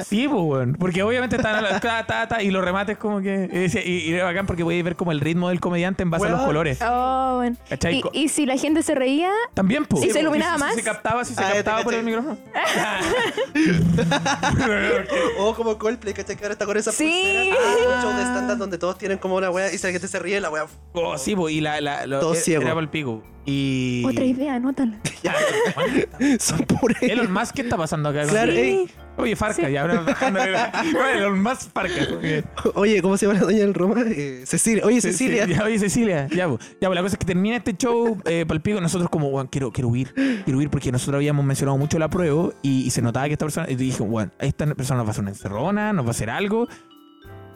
Sí, pues weón. Porque obviamente estaban a la- ta, ta, ta, y los remates como que. Y, decía- y- y era bacán porque podías ver como el ritmo del comediante en base a los Weón. colores. Oh, bueno. ¿Cachai? Y- y si la gente se reía, También, pues. ¿Y se iluminaba Si más? Ah. se captaba, si se Ah, ya te captaba por el caché. micrófono. O Oh, como Coldplay, ¿cachai? Que ahora está con esa Sí. pulsera. Ah, un show de stand-up donde todos tienen como una weá y si la gente se ríe, la weá. Oh, sí, pues, y la, la, la- Todo era, ciego. para el pico. Y. Otra idea, anótala. Son puras. Elon Musk, ¿qué está pasando acá? Claro, eh. Sí. ey. Oye, Farca, Sí. ya ahora bajándole la- Elon Musk Farca. Oye, ¿cómo se llama la doña del Roma? Eh, Cecilia. Oye, Sí, Cecilia. ya, oye, Cecilia. Ya, pues, ya, pues, la cosa es que termina este show eh, palpico. Nosotros, como, bueno, quiero, quiero huir. Quiero huir porque nosotros habíamos mencionado mucho la prueba y, y se notaba que esta persona. Y dije, bueno, esta persona nos va a hacer una encerrona, nos va a hacer algo.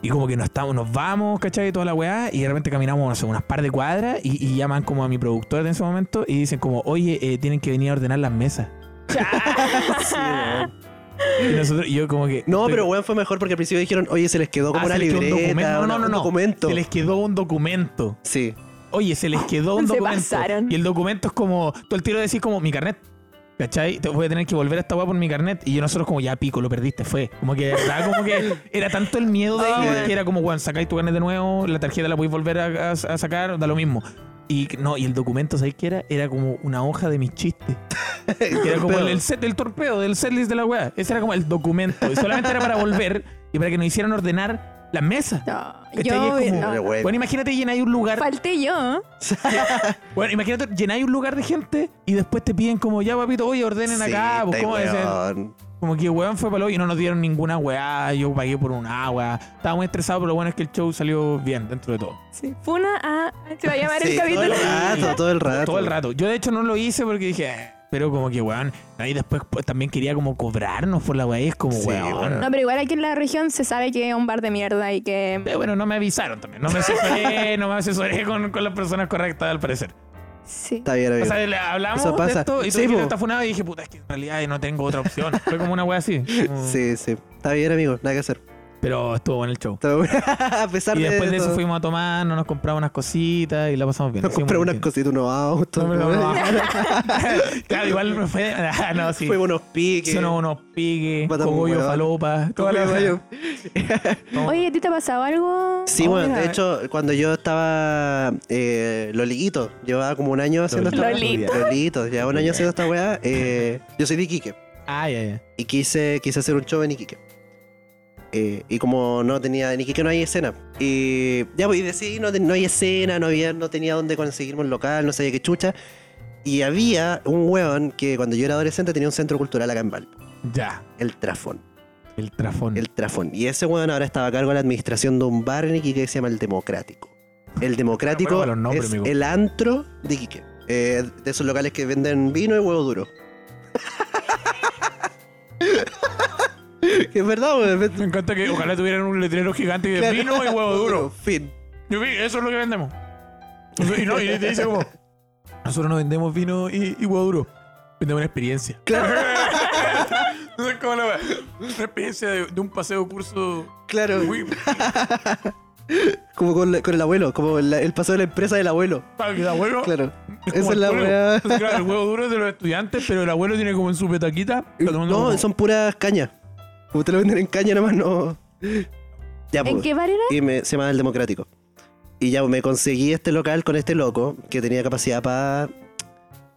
Y como que nos, estamos, nos vamos, ¿cachai? Toda la weá. Y de repente caminamos, no sé, unas par de cuadras y, y llaman como a mi productora en ese momento y dicen, como, oye, eh, tienen que venir a ordenar las mesas. Y nosotros, y yo como que. No, estoy- pero weón fue mejor porque al principio dijeron, oye, se les quedó como Ah, una se les quedó un libreta, documento. No, una- no, no, un no. documento. Se les quedó un documento. Sí. Oye, se les quedó un Se documento. pasaron. Y el documento es como. Tú al tiro decís como mi carnet. ¿Cachai? Te voy a tener que volver a esta weá por mi carnet. Y yo nosotros como ya pico, lo perdiste, fue. Como que de verdad, como que era tanto el miedo de Ah, ellos bueno. que era como, weón, sacáis tu carnet de nuevo, la tarjeta la podéis volver a, a- a sacar, da lo mismo. Y no, y el documento, ¿sabéis qué era? Era como una hoja de mis chistes. Que era como el, el set del torpedo, del setlist de la weá. Ese era como el documento. Y solamente era para volver y para que nos hicieran ordenar la mesa. No, ¿Cachai? yo. Este Es como- no. Pero, weón, Bueno, imagínate llenáis un lugar. Falté yo. ¿eh? Bueno, imagínate llenáis un lugar de gente y después te piden como, ya papito, oye, ordenen sí, acá. Pues, está ¿cómo es? weón. Como que weón fue para lo y no nos dieron ninguna weá. Yo pagué por un agua. Estaba muy estresado, pero lo bueno es que el show salió bien dentro de Ah, todo. Sí. Funa a. Se va a llamar Sí, el todo el capítulo. rato, todo el rato. Todo el rato. Yo de hecho no lo hice porque dije, "Eh", pero como que weón. Ahí después pues, también quería como cobrarnos por la weá. Y es como Sí, weón. bueno. No, pero igual aquí en la región se sabe que es un bar de mierda y que. Pero bueno, no me avisaron también. No me asesoré, no me asesoré con, con las personas correctas al parecer. Sí. Está bien, O amigo. sea, le hablamos Eso pasa. de esto y tú Sí, dijiste, po. está funado y dije, puta, es que en realidad no tengo otra opción. Fue como una wea así. Como- Sí, sí. Está bien, amigo. Nada que hacer. Pero estuvo en el show. Está bueno. a pesar Y después de eso todo, fuimos a tomar, nos compramos unas cositas y la pasamos bien. Nos Hicimos compramos muy unas bien. cositas, unos autos. No, pero no, weón. no. claro, igual me fue. Ah, no, sí. Fuimos unos piques. Hicieron unos piques, Matamos un cogollo, huevón. falopa. Toda la Fuimos- No. Oye, ¿a ti te ha pasado algo? Sí, Oh, bueno, mira. de hecho, cuando yo estaba eh, Loliguito, llevaba como un año haciendo esta weá. Lolito. Lolito, llevaba un año haciendo esta weá. eh, yo soy de Iquique Ay, ay, y quise, quise hacer un show en Iquique. Eh, y como no tenía, en Iquique no hay escena. Y ya, pues, y decidí, no, ten- no hay escena, no, había, no tenía dónde conseguirme un local, no sabía qué chucha. Y había un weón que cuando yo era adolescente tenía un centro cultural acá en Valpo, Ya, el Trafón. el trafón. El Trafón. Y ese weón ahora estaba a cargo de la administración de un bar en Iquique que se llama El Democrático. El Democrático Bueno, para los nombres, es amigo. el antro de Iquique. eh, de esos locales que venden vino y huevo duro. es verdad, weón. Me encanta que ojalá tuvieran un letrero gigante de Claro. vino y huevo duro. Fin. Yo vi, eso es lo que vendemos. Y, no, y te dice como, nosotros no vendemos vino y, y huevo duro, vendemos una experiencia. No sé cómo la wea. Una experiencia de, de un paseo curso. Claro. Uy, Como con, la- con el abuelo, como la- el paseo de la empresa del abuelo. para el abuelo. Claro. como Esa es el la huevo. weá. Entonces, claro, el huevo duro es de los estudiantes, pero el abuelo tiene como en su petaquita. está tomando No, como- son puras cañas. Como te lo venden en caña, nomás no. Ya, ¿En pues. qué bar era? Y me, se llama El Democrático. Y ya me conseguí este local con este loco que tenía capacidad para.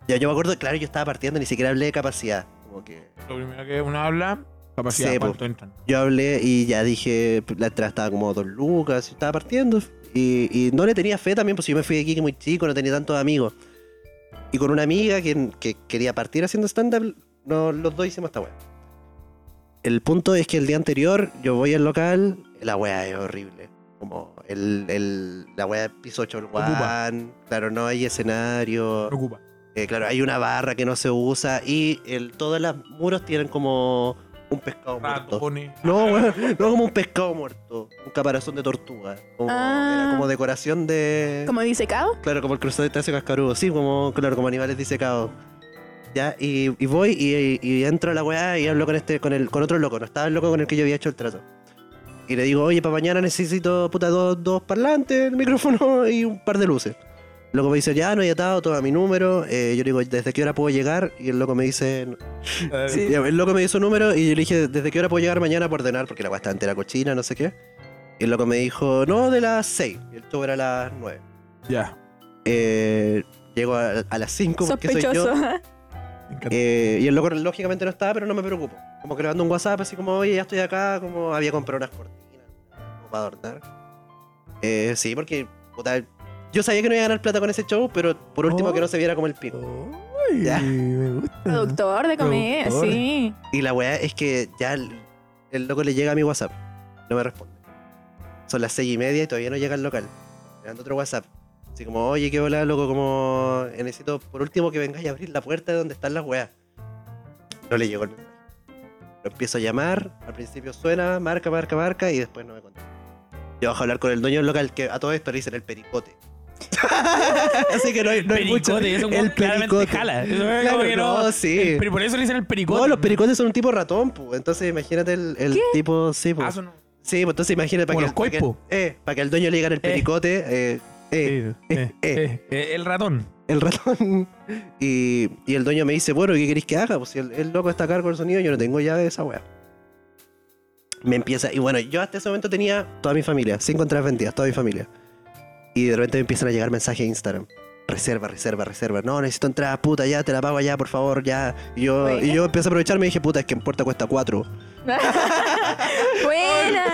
Ya, yo me acuerdo, claro, yo estaba partiendo, ni siquiera hablé de capacidad. Como que. Lo primero que uno habla, capacidad, Sí, po. cuánto entran. Yo hablé y ya dije, la entrada estaba como dos lucas, y estaba partiendo. Y, y no le tenía fe también, pues yo me fui de aquí muy chico, no tenía tantos amigos. Y con una amiga que, que quería partir haciendo stand-up, no, los dos hicimos esta weá. El punto es que el día anterior yo voy al local, la weá es horrible. Como el, el- la weá es piso Ocupa. one claro, no hay escenario. No ocupa. Eh, claro, hay una barra que no se usa y el, todos los muros tienen como un pescado muerto. Ratones. No, weón, no como un pescado muerto, un caparazón de tortuga. Como, Ah. era como decoración de. Como dice Cao. Claro, como el cruzado de hace cascarudo, sí, como, claro, como animales disecados. Ya, y, y voy y, y entro a la weá y hablo con este, con el, con otro loco, no estaba el loco con el que yo había hecho el trato. Y le digo, oye, para mañana necesito puta dos, dos parlantes, el micrófono y un par de luces. El loco me dice, ya no he atado, toma mi número. Eh, yo le digo, ¿desde qué hora puedo llegar? Y el loco me dice, Sí. ya, El loco me hizo un número y yo le dije, ¿desde qué hora puedo llegar mañana para ordenar? Porque la weá estaba entera cochina, no sé qué. Y el loco me dijo, no, de las 6. Y el show era a las 9. Ya. Eh, llego a, a las 5 porque soy Sospechoso. yo. Me encanta. Eh, y el loco lógicamente no estaba, pero no me preocupo. Como que le mando un WhatsApp así como, oye, ya estoy acá, como había comprado unas cortinas como para adornar. Eh, sí, porque puta, yo sabía que no iba a ganar plata con ese show, pero por último Oh. que no se viera como el pico. Ay, Eh. Ya. me gusta. Productor de comedia, Productor. sí. Y la weá es que ya el, el loco le llega a mi WhatsApp. No me responde. Son las seis y media y todavía no llega al local. Le mando otro WhatsApp. Así como, oye, qué hola, loco, como eh, necesito por último que vengáis a abrir la puerta de donde están las weas. No le llegó el mensaje. Lo empiezo a llamar, al principio suena, marca, marca, marca, y después no me contesta. Yo bajo a hablar con el dueño del local, que a todo esto le dicen el pericote. Así que no hay, no hay mucho. pericote, eso el claramente jala. Eso es Claro, como que no- no, sí. el- pero por eso le dicen el pericote. No, los pericotes son un tipo ratón, pues. Entonces imagínate el, el ¿Qué? tipo. Sí, pues. Ah, eso no. Sí, pues entonces imagínate para Como que, los para, que, coipos. eh, para que al dueño le digan el pericote, eh, eh, Eh, eh, eh, eh, el ratón. el ratón. Y, y el dueño me dice, bueno, ¿qué queréis que haga? Pues si el, el loco está a cargo del sonido, yo no tengo llave de esa weá. Me empieza. Y bueno, yo hasta ese momento tenía toda mi familia, sin entradas vendidas, toda mi familia. Y de repente me empiezan a llegar mensajes de Instagram. Reserva, reserva, reserva. No, necesito entrada, puta, ya, te la pago ya, por favor, ya. Y yo, Bueno. y yo empecé a aprovecharme y dije, puta, es que en puerta cuesta cuatro. Buena.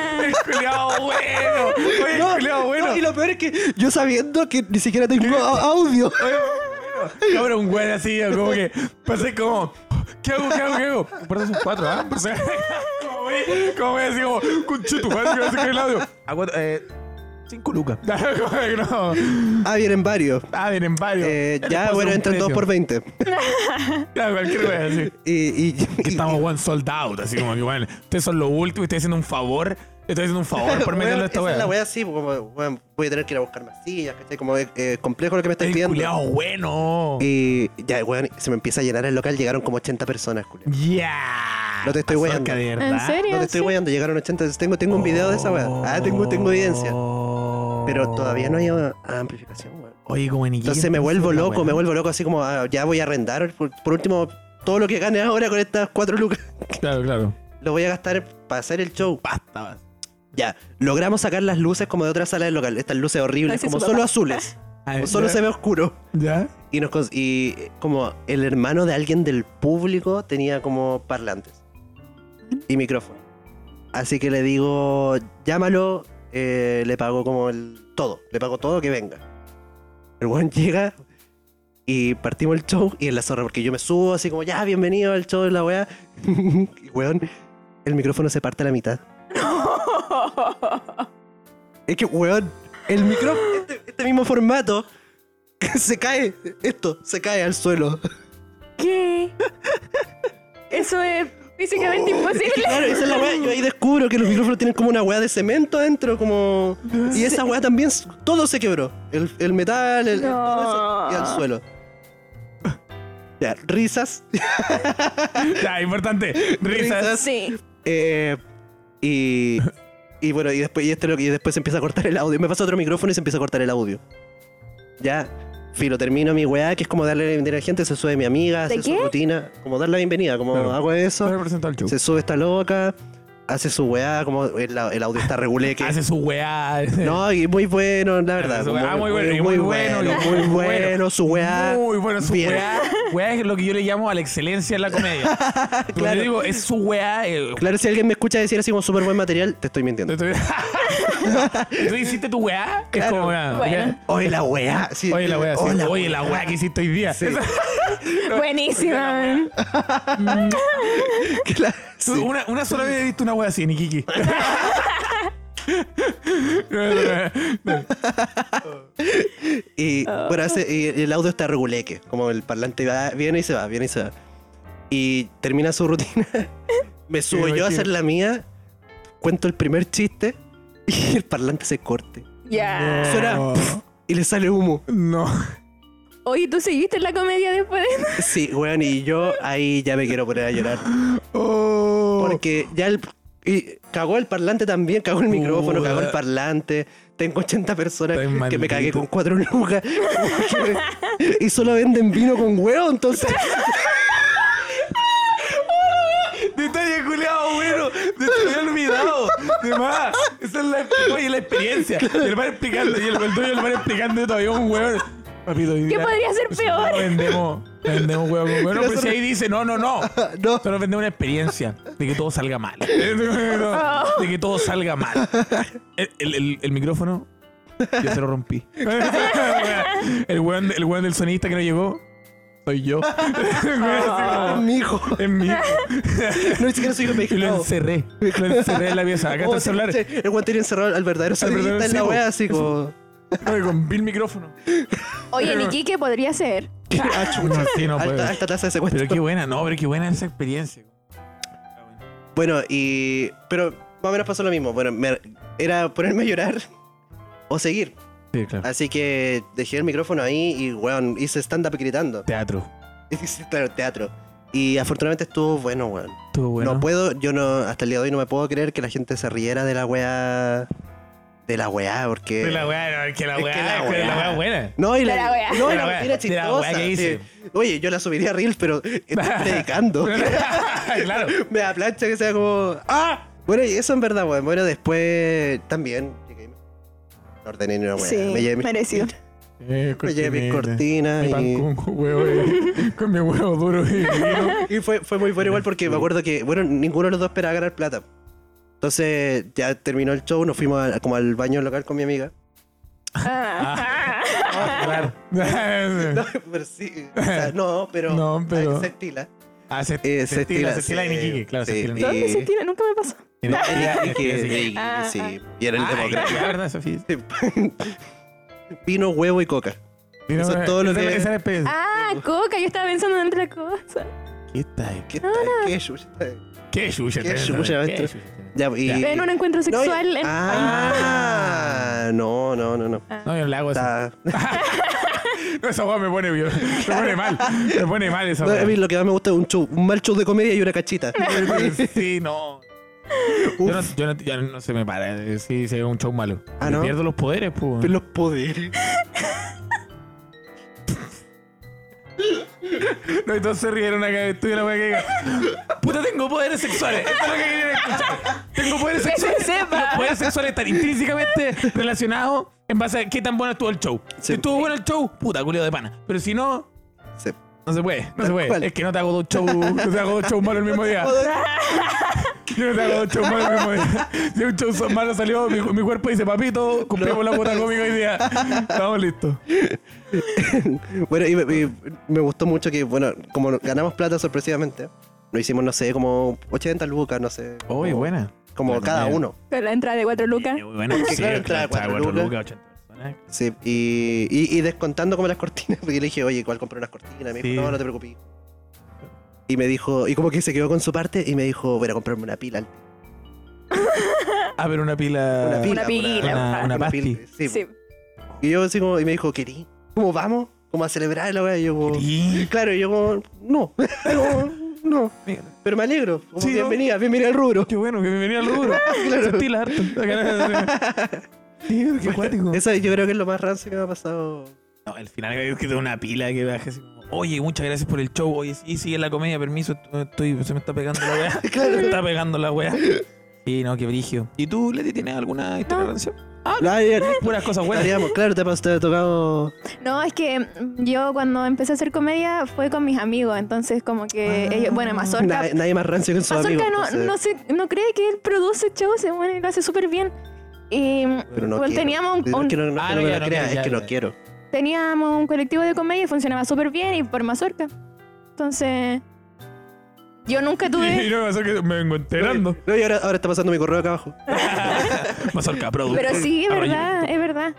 Culeado bueno. Oye, No, culiao bueno. no, y lo peor es que yo sabiendo que ni siquiera tengo au- audio. Oye, bueno. Ahora un güey así, como que pasé como, ¿qué hago? ¿Qué hago? ¿Qué hago? Por son cuatro, ¿ah? Por eso- Como güey, como güey, así como, conchito, ¿cuál es que va a el audio? Aguanta, eh, cinco lucas. Como que no. Ah, vienen varios. Ah, vienen varios. Eh, Después ya, de bueno, un entran dos precio. por 20. Claro, cualquier güey así. Y, y, Que estamos one sold out, así como que bueno, ustedes son los últimos, estoy haciendo un favor, estoy haciendo un favor por meterlo a esta Esa es la wea. wea así, como, weón, voy a tener que ir a buscar más sillas, ¿cachai? Como es eh, complejo lo que me estáis El pidiendo. culiao bueno. Y ya, weón, se me empieza a llenar el local, llegaron como 80 personas, culiao. Yeah. No te estoy Mazorca, weyando. de ¿En verdad. No serio? te estoy Sí. weyando, llegaron 80. Tengo, tengo un video de esa wea. Ah, tengo, tengo evidencia. Pero todavía no hay ah, amplificación, weón. Oye, como en Iquique, Entonces me vuelvo la loco, wea. me vuelvo loco, así como ah, ya voy a arrendar. Por, por último, todo lo que gane ahora con estas cuatro lucas, Claro, claro. lo voy a gastar para hacer el show. Basta. Ya, logramos sacar las luces como de otra sala del local. Estas luces horribles, Así como es, solo papá. azules. A como ver, solo ya. se ve oscuro. ¿Ya? Y, nos, cons- y eh, como el hermano de alguien del público tenía como parlantes y micrófono. Así que le digo, llámalo, eh, le pago como el todo, le pago todo que venga. El buen llega y partimos el show y en la zorra, porque yo me subo así como, ya, bienvenido al show de la weá. y weón, el micrófono se parte a la mitad. Es que, weón, el micrófono, este, este mismo formato, se cae, esto, se cae al suelo. ¿Qué? Eso es Físicamente Oh. imposible. Claro, esa es la weá. Yo ahí descubro que los micrófonos tienen como una weá de cemento adentro, como. Y esa weá también, s- todo se quebró. El, el metal, el. No. todo eso, y al suelo. Ya, risas. Ya, importante. Risas. Risas. Sí. Eh, y. Y bueno, y después, y este lo que- y después se empieza a cortar el audio. Me pasa otro micrófono y se empieza a cortar el audio. Ya. Filo, termino mi weá, que es como darle la bienvenida a la gente, se sube mi amiga, ¿De hace su qué? rutina, como darle la bienvenida, como Claro. hago eso. Ahora presento al show. Se sube esta loca, hace su weá, como el, el audio está reguleque. Hace su weá. No, y muy bueno, la verdad. su weá, Ah, muy bueno, y muy bueno, loco, muy muy bueno, bueno. su weá. Muy bueno, su Bien. weá. Weá es lo que yo le llamo a la excelencia en la comedia. claro. Claro. Yo digo, es su weá. eh, Claro, si alguien me escucha decir así como súper buen material, te estoy mintiendo. ¿Tú hiciste tu weá? Es Claro. como, weá, Bueno. Oye, la weá. sí. Oye, la weá. sí. Hola, Oye, la weá que hiciste hoy día. Sí. Buenísima, man. que la- Tú, sí. Una, una sola vez he visto una wea así, Nikiki. Y bueno, hace- y el audio está reguleque. Como el parlante va, viene y se va, viene y se va. Y termina su rutina. Me subo yo a hacer la mía. Cuento el primer chiste. Y el parlante se corte. Ah. Ya. Suena. pf, y le sale humo. no. Oye, ¿tú seguiste en la comedia después de eso? Sí, weón, y yo ahí ya me quiero poner a llorar. Oh. Porque ya el. y cagó el parlante también, cagó el micrófono, cagó el parlante. Tengo 80 personas Oh, Estoy que me maldito. cagué con cuatro lucas. y solo venden vino con huevo, entonces. Detalle culiado bueno. De te había olvidado. De más. Esa es la, oye, la experiencia. Y el van explicando. Y el, el dueño le van explicando todavía un huevo. Papito, hoy día podría ser nosotros peor? no vendemos, vendemos huevo con huevo. Pero Pero si solo- ahí dice, no, no, no. No. Solo vendemos una experiencia de que todo salga mal. De que todo salga mal. El, el- el- el micrófono, yo se lo rompí. El weón, el weón del sonista que no llegó, soy yo. Ah. ah, Mi hijo. Es mi hijo. No, ni siquiera soy yo me Y lo encerré. Lo encerré en la pieza. Acá está el celular. Oh, El guante tiene encerrado al verdadero verdadero sonidista en la sí, wea, po. así como. Oye, Con mil micrófonos. Oye, en Iquique podría ser. Ah, chucha. No, sí, no puedo. alta, alta tasa de Pero secuestro. qué buena, no, pero qué buena esa experiencia. Bueno, y. Pero más o menos pasó lo mismo. Bueno, me- era ponerme a llorar o seguir. Sí, claro. Así que dejé el micrófono ahí y, weón, hice stand-up gritando. Teatro. Hice, claro, teatro. Y afortunadamente estuvo bueno, weón. Estuvo bueno. No puedo, yo no, hasta el día de hoy no me puedo creer que la gente se riera de la weá. De la weá, porque. De la weá, no, es que la Es que weá, la es que la weá. weá es buena. No, y De la, la weá. No, De y la la weá weá, era de la weá chistosa. que sí. hice. Oye, yo la subiría a Reels, pero estoy predicando. claro. me da plancha que sea como. ¡Ah! Bueno, y eso en verdad, weón. Bueno, después también. llegué y me- No ordené ni una weá. Sí, me llevé mis merecido. me llevé mis cortinas Mi pan y. con, con huevo y- con mi huevo duro y vino. Y fue, fue muy bueno igual porque me acuerdo que, bueno, ninguno de los dos esperaba ganar plata. Entonces ya terminó el show, nos fuimos a- como al baño local con mi amiga. Ah. Claro. No, pero sí, o sea, no, pero, No, pero- ah, se estila. Ah, se, Eh, se estila, se estila en sí, Iquique, claro, sí. se estila Y- ¿Dónde se tira? Nunca me pasó. en En Iquique. Iquique, En Iquique. Ah, sí, y era el Ah, demócrata. la verdad, Sofía. Vino, huevo y coca. Eso es todo lo Esa- que- esa es la experiencia. Ah, coca, yo estaba pensando en otra cosa. ¿Qué tal? ¿Qué tal? Ah. ¿Qué chucha? ¿Qué chucha? ¿Qué tenés, chucha, Sofía? ves ¿Qué tú? chucha tenés? Ya, y... En un encuentro no, y- sexual. en- Ah. Ah, no, no, no, no. No, yo no le hago eso. Está- No, esa hueá me pone bien. Me pone mal. Me pone mal esa No, a hueá. mí lo que más me gusta es un show, un mal show de comedia y una cachita. Sí, no. Yo no, yo, no, yo no se me para. eh, Sí, se ve un show malo. Ah, Me ¿no? Pierdo los poderes, pues. Los poderes. No, y todos se rieron acá. Estoy en la wea que diga, Puta, tengo poderes sexuales. Esto es lo que querían escuchar. Tengo poderes Que se sexuales. sepa. Los poderes sexuales están intrínsecamente relacionados en base a qué tan bueno estuvo el show. Sí. Si estuvo bueno el show, puta, culio de pana. Pero si no, Sí. no se puede. No Tal se puede. cual. Es que no te hago dos shows. No te hago dos shows malos el mismo día. Yo no te hago dos shows malos el mismo día. Si un show malo salió, mi, mi cuerpo dice, papito, cumplimos la cuota cómica hoy día. Estamos listos. Bueno, y, me- y me gustó mucho que, bueno, como ganamos plata sorpresivamente, lo hicimos, no sé, como 80 lucas, no sé. Uy, como- buena. Como Oh, Buena cada idea. uno. Con la entrada de cuatro lucas. Muy buena. Sí, claro, claro, entraba estaba cuatro cuatro lucas, lucas. 80 personas. Sí, y, y, y descontando como las cortinas, porque le dije, oye, igual compré unas cortinas. Y me dijo, Sí. no, no te preocupes. Y me dijo, y como que se quedó con su parte y me dijo, voy a comprarme una pila. A ver, una pila. Una pila. Una pila. una- ojalá. una- pasti. pila. Sí, Sí. Y yo así como, y me dijo, ¿querí? ¿Cómo vamos? ¿Cómo a celebrar la weá? Y yo como, Sí. claro, y yo como, no, Como, no, pero me alegro. Como, Sí, ¿no? bienvenida, bienvenida al rubro. Qué bueno que me venía al rubro. Sentí la harto. Sí, qué cuático. Eso yo creo que es lo más rancio que me ha pasado. No, al final es que tengo una pila que baje así como, oye, muchas gracias por el show, oye, sí, sigue la comedia, permiso, estoy, se me está pegando la weá. Se me está pegando la weá. Sí, no, qué brigio. ¿Y tú, Leti, tienes alguna historia No. rancia? Ah, No, ya- Puras cosas buenas. estaríamos- claro, te ha pas- te ha tocado. No, es que mm, yo cuando empecé a hacer comedia fue con mis amigos, entonces como que ellos, bueno, Mazorca, Ah. Nadie, nadie más rancio que sus amigos. Mazorca no, entonces, no, se, no cree que él produce shows, eh, bueno, y lo hace súper bien. Y mm, pero no bueno, quiero. teníamos un, No es un- que no, no, Ah, que no me ya, la no crea, quiero, es ya, que ya. no quiero. teníamos un colectivo de comedia y funcionaba súper bien y por Mazorca. Entonces, yo nunca tuve... no me pasa que me vengo enterando. No, y ahora, ahora está pasando mi correo acá abajo. Mazorca Productions. Pero sí, es Arroyo. verdad, es verdad.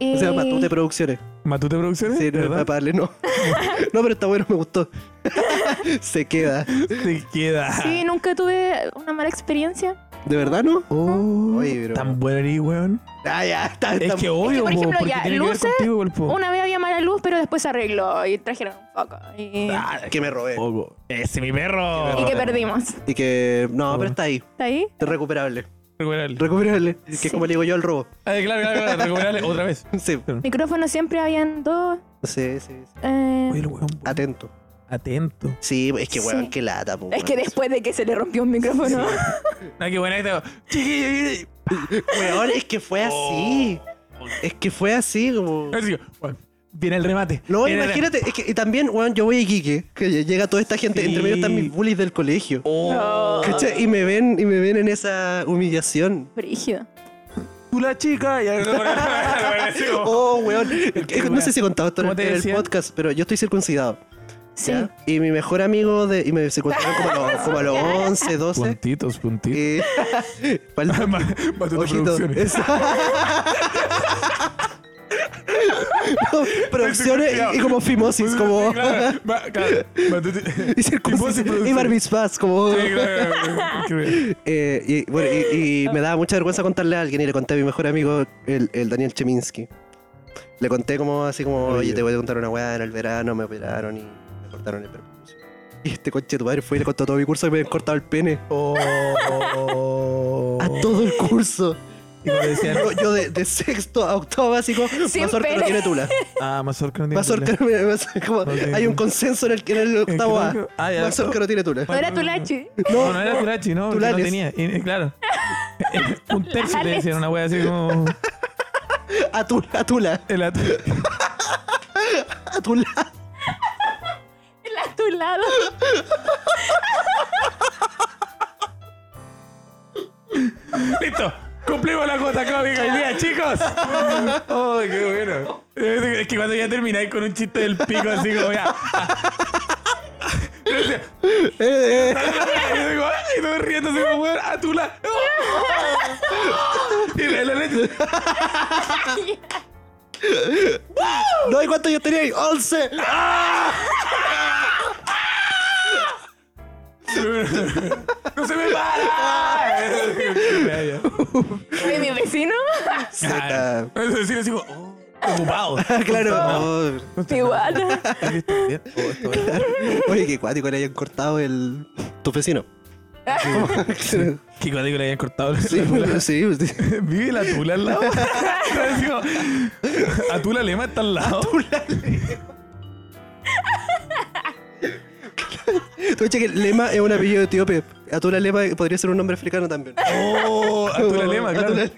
O sea, Matute Y- Producciones. ¿Matute Producciones? Sí, no es para ¿verdad? darle, no. No, pero está bueno, me gustó. Se queda. Te queda. Sí, nunca tuve una mala experiencia. ¿De verdad no? Oh, Oye, bro. Tan bueno eres, weón. Ah, ya, está. Es está- que obvio, por po, ejemplo, porque ya, tiene que ver luces, contigo, igual, po. Una vez había mala luz, pero después se arregló y trajeron un poco. Y, Ah, Que me robé. poco. Ese mi perro. y que perdimos. Y que. No, pero está ahí. ¿Está ahí? Es recuperable. Recuperarle. Recuperable. Que Sí. es como le digo yo al robo. Ah, claro, claro, claro. Recuperarle otra vez. Sí. Micrófonos siempre habían dos. Sí, sí, sí. eh, Oye, el weón. Atento. Atento. Sí, es que weón, Sí. qué lata, po, es que weón. después de que se le rompió un micrófono. No, Ah, qué buena esta. Chiquillo, mire. Weón, es que fue así. Oh, Es que fue así, como. Así, weón, Viene el remate. No, Viene el remate. imagínate, es que y también, weón, yo voy a Iquique, que llega toda esta gente, Sí. entre medio están mis bullies del colegio. Oh, ¿cachai? Y me ven, y me ven en esa humillación. Brígido. tú la chica. Y ahora- ahora- ahora así como- Oh, weón. Es que no sé si he contado esto en ¿Cómo el, te en el decían? podcast, pero yo estoy circuncidado. Sí. ¿ya? Y mi mejor amigo de. Y me circuncidaron como a los, como a los 11, 12. Puntitos, puntitos. Y. falta- Ma- Matute Eh, Ojito. Producciones. Eso. No, producciones y, y como fimosis, como. Claro, ma- claro, Matute- Y circuncis- y barbispas, como. Sí, claro. Qué Eh, y, bueno, y, y me daba mucha vergüenza contarle a alguien y le conté a mi mejor amigo, el, el Daniel Cheminsky. Le conté como así como, oye, te voy a contar una weá, en el verano me operaron y me cortaron el prepucio. Y este conche tu madre fue y le contó a todo mi curso que me habían cortado el pene. Oh. A todo el curso. Y como decían, Yo, yo de, de sexto a octavo básico, Sin Mazorca no pene. tiene tula. ah, Mazorca no tiene Mazorca tula. no tiene como, tiene Hay un tula. consenso en el, en el octavo A. creo que- ah, ya. Mazorca no tiene tula. ¿No era Tulachi? No, no, era Tulachi, no, porque no Tulales. tenía. Y, eh, claro. un tercio te decían una wea así como. A tula, a tula, El at- a tula. El a tu lado. Listo. Cumplimos la cuota cómica hoy día, chicos. Oh, qué bueno. Es es que cuando ya termináis con un chiste del pico así como ya. Eh, eh. Y digo, ay, no riendo así como weón, a tu lado. Y la la leche. No, ¿y cuánto yo tenía? ahí? ¡11! ¡No se me para! Oye, mi vecino. Zeta. Es decir, así como, oh, ocupado. Ah, Claro. Igual. Oye, qué cuático le hayan cortado el. tu vecino. Ah. Qué cuando digo le habían cortado la Sí, pues, la tula. sí, sí. Vive la tula al lado. Así como, a tula lema está al lado. Tú echa que Lema es un apellido etíope. A tu la Lema podría ser un nombre africano también. Oh, a tula lema, claro. Atula-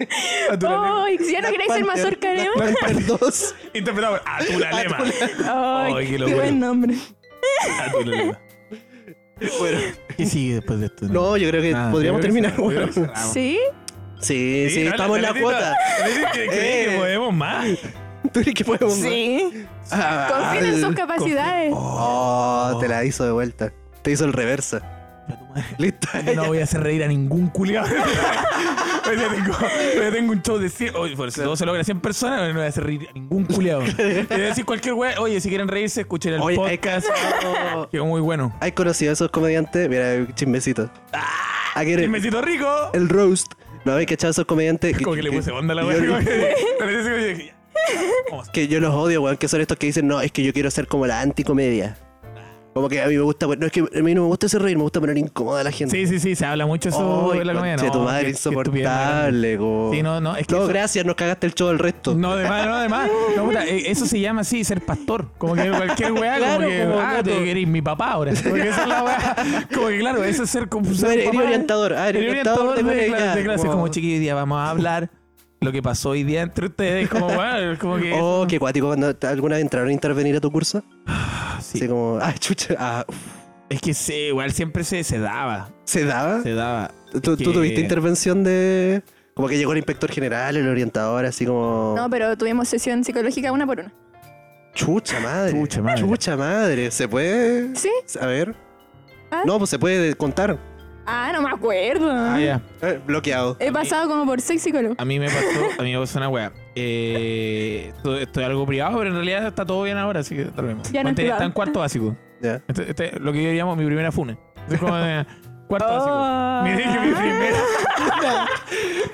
A tula lema. Ay, si ya no queréis ser Mazorca, ¿eh? ¿no? Black Panther 2. Interpretado por Atula lema. Ay, Ay, qué qué locura. buen nombre. Atula lema. Bueno, ¿Qué sigue después de esto? no, yo creo que Nada, podríamos creo que terminar. se- creo bueno. que cerramos. ¿Sí? Sí, sí, dale, estamos en la Letita. cuota. Letita, ¿Crees crees que Eh. podemos más? ¿Tú crees que podemos? Sí. Ah, Confíen en sus capacidades. Oh, te la hizo de vuelta. Te hizo el reversa. Listo. Yo no voy a hacer reír a ningún culiado. Hoy día tengo, hoy día tengo un show de 100. Oye, por si todo se logra 100 personas, no me voy a hacer reír a ningún culiado. Le voy a decir cualquier wea. Oye, si quieren reírse, escuchen el Oye, hay podcast. cachado- Que es muy bueno. ¿Hay conocido a esos comediantes? Mira, chismecito. Aquí en el- Ah, Chismecito rico. el roast. ¿No habéis cachado a esos comediantes? Como que le puse onda a la wea. yo- Como que- pero yo digo, oye, ya. Vamos. que yo los odio, weón, que son estos que dicen, no, es que yo quiero ser como la anticomedia. Como que a mí me gusta, no, es que a mí no me gusta hacer reír, me gusta poner incómoda a la gente. Sí, sí, sí, se habla mucho eso Ay, de la comedia. conche No, tu madre, qué- qué estupidez más grande. insoportable, weón. Sí, no, no, es que No, eso- gracias, nos cagaste el show del resto. No, de más, no, de más. No, puta, eh, eso se llama así, ser pastor. Como que cualquier weá, Claro, como que, como ah, gato. te querís mi papá ahora. Porque esa es la weá. Como que, claro, eso es ser como ser eres papá. orientador, ah, eres Eres orientador orientador de de, comedia, clase, de clase. como- Como chiquillo, hoy día vamos a hablar lo que pasó hoy día entre ustedes. Como, weá, como que. Oh, qué cuático, cuando alguna vez entraron a intervenir a tu curso. sí. Así como, ah, chucha, ah, uf, Es que sí, igual siempre se, se daba. ¿se daba? Se daba. ¿Tú, Es tú que- tuviste intervención de...? Como que llegó el inspector general, el orientador, así como... No, pero tuvimos sesión psicológica una por una. Chucha madre. Chucha madre. Chucha madre. ¿Se puede...? ¿Sí? A ver. ¿Ah? No, pues se puede contar. Ah, no me acuerdo. Ah, ya. Eh, bloqueado. He pasado como por seis psicólogos. A mí me pasó, a mí me pasó una weá. Eh, esto, esto es algo privado, pero en realidad está todo bien ahora, así que está lo mismo. Ya no es Ponte- privado. está en cuarto básico. Ya. Este, este, lo que yo llamo mi primera funa. Es como de cuarto Ah. básico. Mi, mi primera.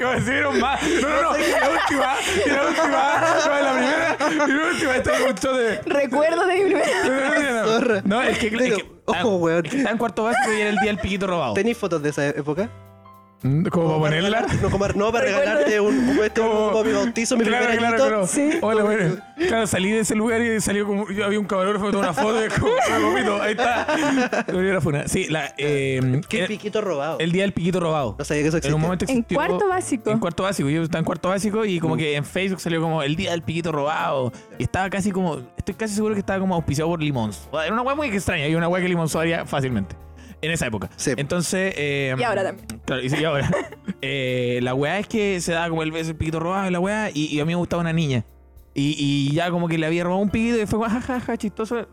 Como si fueron más. No, no, no. La última. La última. No, la primera. Y la última. Estoy con un show de. Recuerdo de mi primera. No, no, no, no. Zorra. No, es que. ah, Es que Pero, ojo, weón. Está en cuarto básico y era el día del piquito robado. ¿Tenéis fotos de esa época? Mm, ¿Cómo para ponerla? No, como- no, para regalarte un, un- este, un- Como- como mi bautizo, mi Claro, primer claro, añito. claro. Sí. Hola, bueno. Claro, salí de ese lugar y salió como. Yo había un camarógrafo que tomó una foto y es como. "Ah, Gomito, ahí está. La primera funa. Sí, la. Eh, Qué era- piquito robado. El día del piquito robado. No sabía que eso En existía. un momento En existió- cuarto básico. En cuarto básico. Yo estaba en cuarto básico y Uh. como que en Facebook salió como el día del piquito robado. Y estaba casi como. Estoy casi seguro que estaba como auspiciado por Limonzo. Era una weá muy extraña y una weá que Limonzo haría fácilmente. En esa época. Sí. Entonces. eh, Y ahora también. Claro, y sí, y ahora. Eh, la weá es que se daba como el beso, el piquito robado, y la weá, y, y a mí me gustaba una niña. Y, y ya como que le había robado un piquito y fue como, jajaja, chistoso,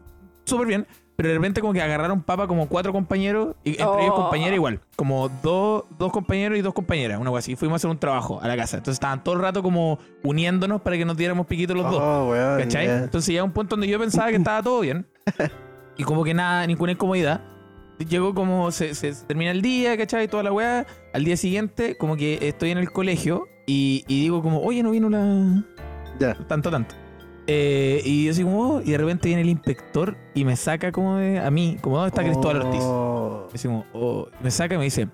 súper bien. Pero de repente como que agarraron papa como cuatro compañeros, y entre ellos Oh. compañera igual, como dos, dos compañeros y dos compañeras, una weá así. Fuimos a hacer un trabajo a la casa. Entonces estaban todo el rato como uniéndonos para que nos diéramos piquitos los dos. Oh, weón. ¿Cachai? ya. Entonces llega un punto donde yo pensaba que estaba todo bien. Y como que nada, ninguna incomodidad. Llegó como, se, se- se termina el día, ¿cachai? Toda la weá. Al día siguiente, como que estoy en el colegio y, y digo como, oye, no vino la... Ya. Tanto, tanto. Eh, y yo así como, "Oh", y de repente viene el inspector y me saca como de- a mí, como, ¿dónde está Cristóbal Ortiz? Oh. Decimos, oh, me saca y me dice,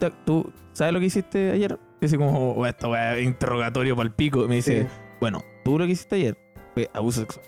"Ta- ¿tú sabes lo que hiciste ayer? Y dice como, oh, esta weá, interrogatorio para el pico. Y me dice, Sí. bueno, tú lo que hiciste ayer fue abuso sexual.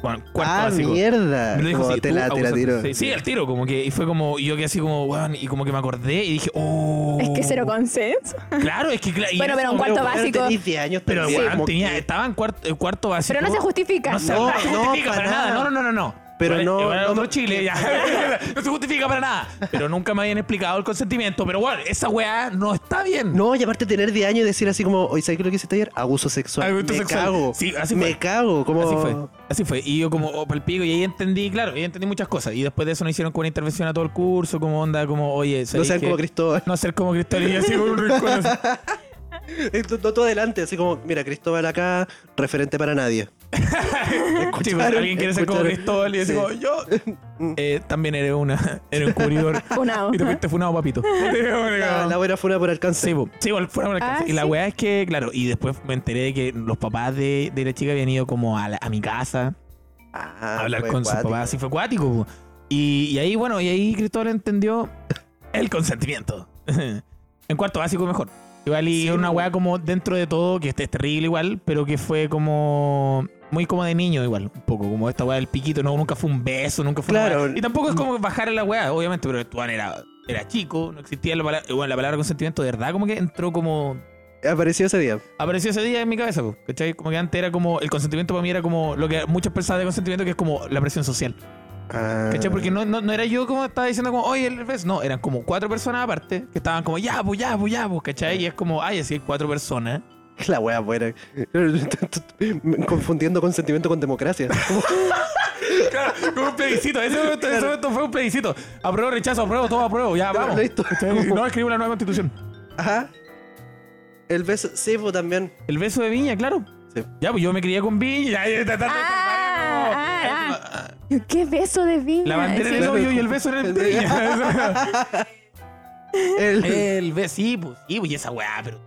Bueno, cuarto Ah, básico. mierda. Me lo dijo Como así, te tú la, te la abuso tiro. sexual. Sí, sí, al tiro, como que, y fue como, y yo que así como, weón, y como que me acordé y dije, oh. Es que cero consenso. Claro, es que claro. y Bueno, en pero ese un momento- cuarto básico. Pero tenís 10 años Pero, también, weón, como tenía, que- estaba en cuarto, en cuarto básico. Pero no se justifica. No se, No, no se no, justifica para para nada. No, nada. no, no, no, no. Pero Vale, no- vale, no- otro Chile, ya. no se justifica para nada. Pero nunca me habían explicado el consentimiento. Pero bueno, esa weá no está bien. No, y aparte tener 10 años y decir así como, oye, ¿sabes qué es lo que hiciste ayer? Abuso sexual. Abuso me sexual. cago. Sí, así me fue. cago. Como... Así fue, así fue. Y yo como, oh, palpico, y ahí entendí, claro, ahí entendí muchas cosas. Y después de eso nos hicieron como una intervención a todo el curso, como onda, como, oye, No ¿sabéis sean qué? como Cristóbal. No ser como Cristóbal y yo así con un rincón así. No, todo adelante, así como, mira, Cristóbal acá, referente para nadie. Sí, pues, alguien quiere ser como escucharon. Cristóbal y Sí. decimos, yo eh, también eres una, eres un cubridor. Funado. y te fuiste funado, papito. La, la buena fue una por alcance. Sí, po. sí, bueno, fuera por alcance. Ah, y la sí. weá es que, claro, y después me enteré de que los papás de, de la chica habían ido como a, la- a mi casa Ah, a hablar fue con sus cuático. papás. Así fue acuático. po. Y, y ahí, bueno, y ahí Cristóbal entendió el consentimiento. en cuarto básico mejor. Igual y Sí, una po. weá como dentro de todo, que este es terrible igual, pero que fue como muy como de niño igual, un poco, como esta weá del piquito, no, nunca fue un beso, nunca fue una Claro. weá. Y tampoco es como bajar a la weá, obviamente, pero Estuán era, era chico, no existía la palabra, bueno, la palabra consentimiento de verdad, como que entró como Apareció ese día. apareció ese día en mi cabeza, po, ¿cachai? Como que antes era como, el consentimiento para mí era como lo que muchas personas de consentimiento que es como la presión social, Ah. ¿cachai? Porque no, no, no era yo como estaba diciendo como, oye, el beso, no, eran como cuatro personas aparte que estaban como, ya, pues, ya, pues, ya, pues, ¿cachai? Y es como, ay, así hay cuatro personas. La wea buena. Confundiendo consentimiento con democracia. Claro, como un plebiscito, ese momento, ese momento fue un plebiscito. Apruebo, rechazo, apruebo, todo apruebo, ya, vamos. listo. ¿Cachai? No escribí la nueva constitución. Ajá. El beso. Sí, pues también. El beso de Viña, claro. Sí. Ya, pues yo me crié con Viña. Ay, ta, ta, ta, ta, Ah, ta, ah, ah. ¡Qué beso de viña! La bandera en Sí. el hoyo y el beso en el Sí. Viña. El- el beso, sí, pues, sí, pues, y esa weá, pero.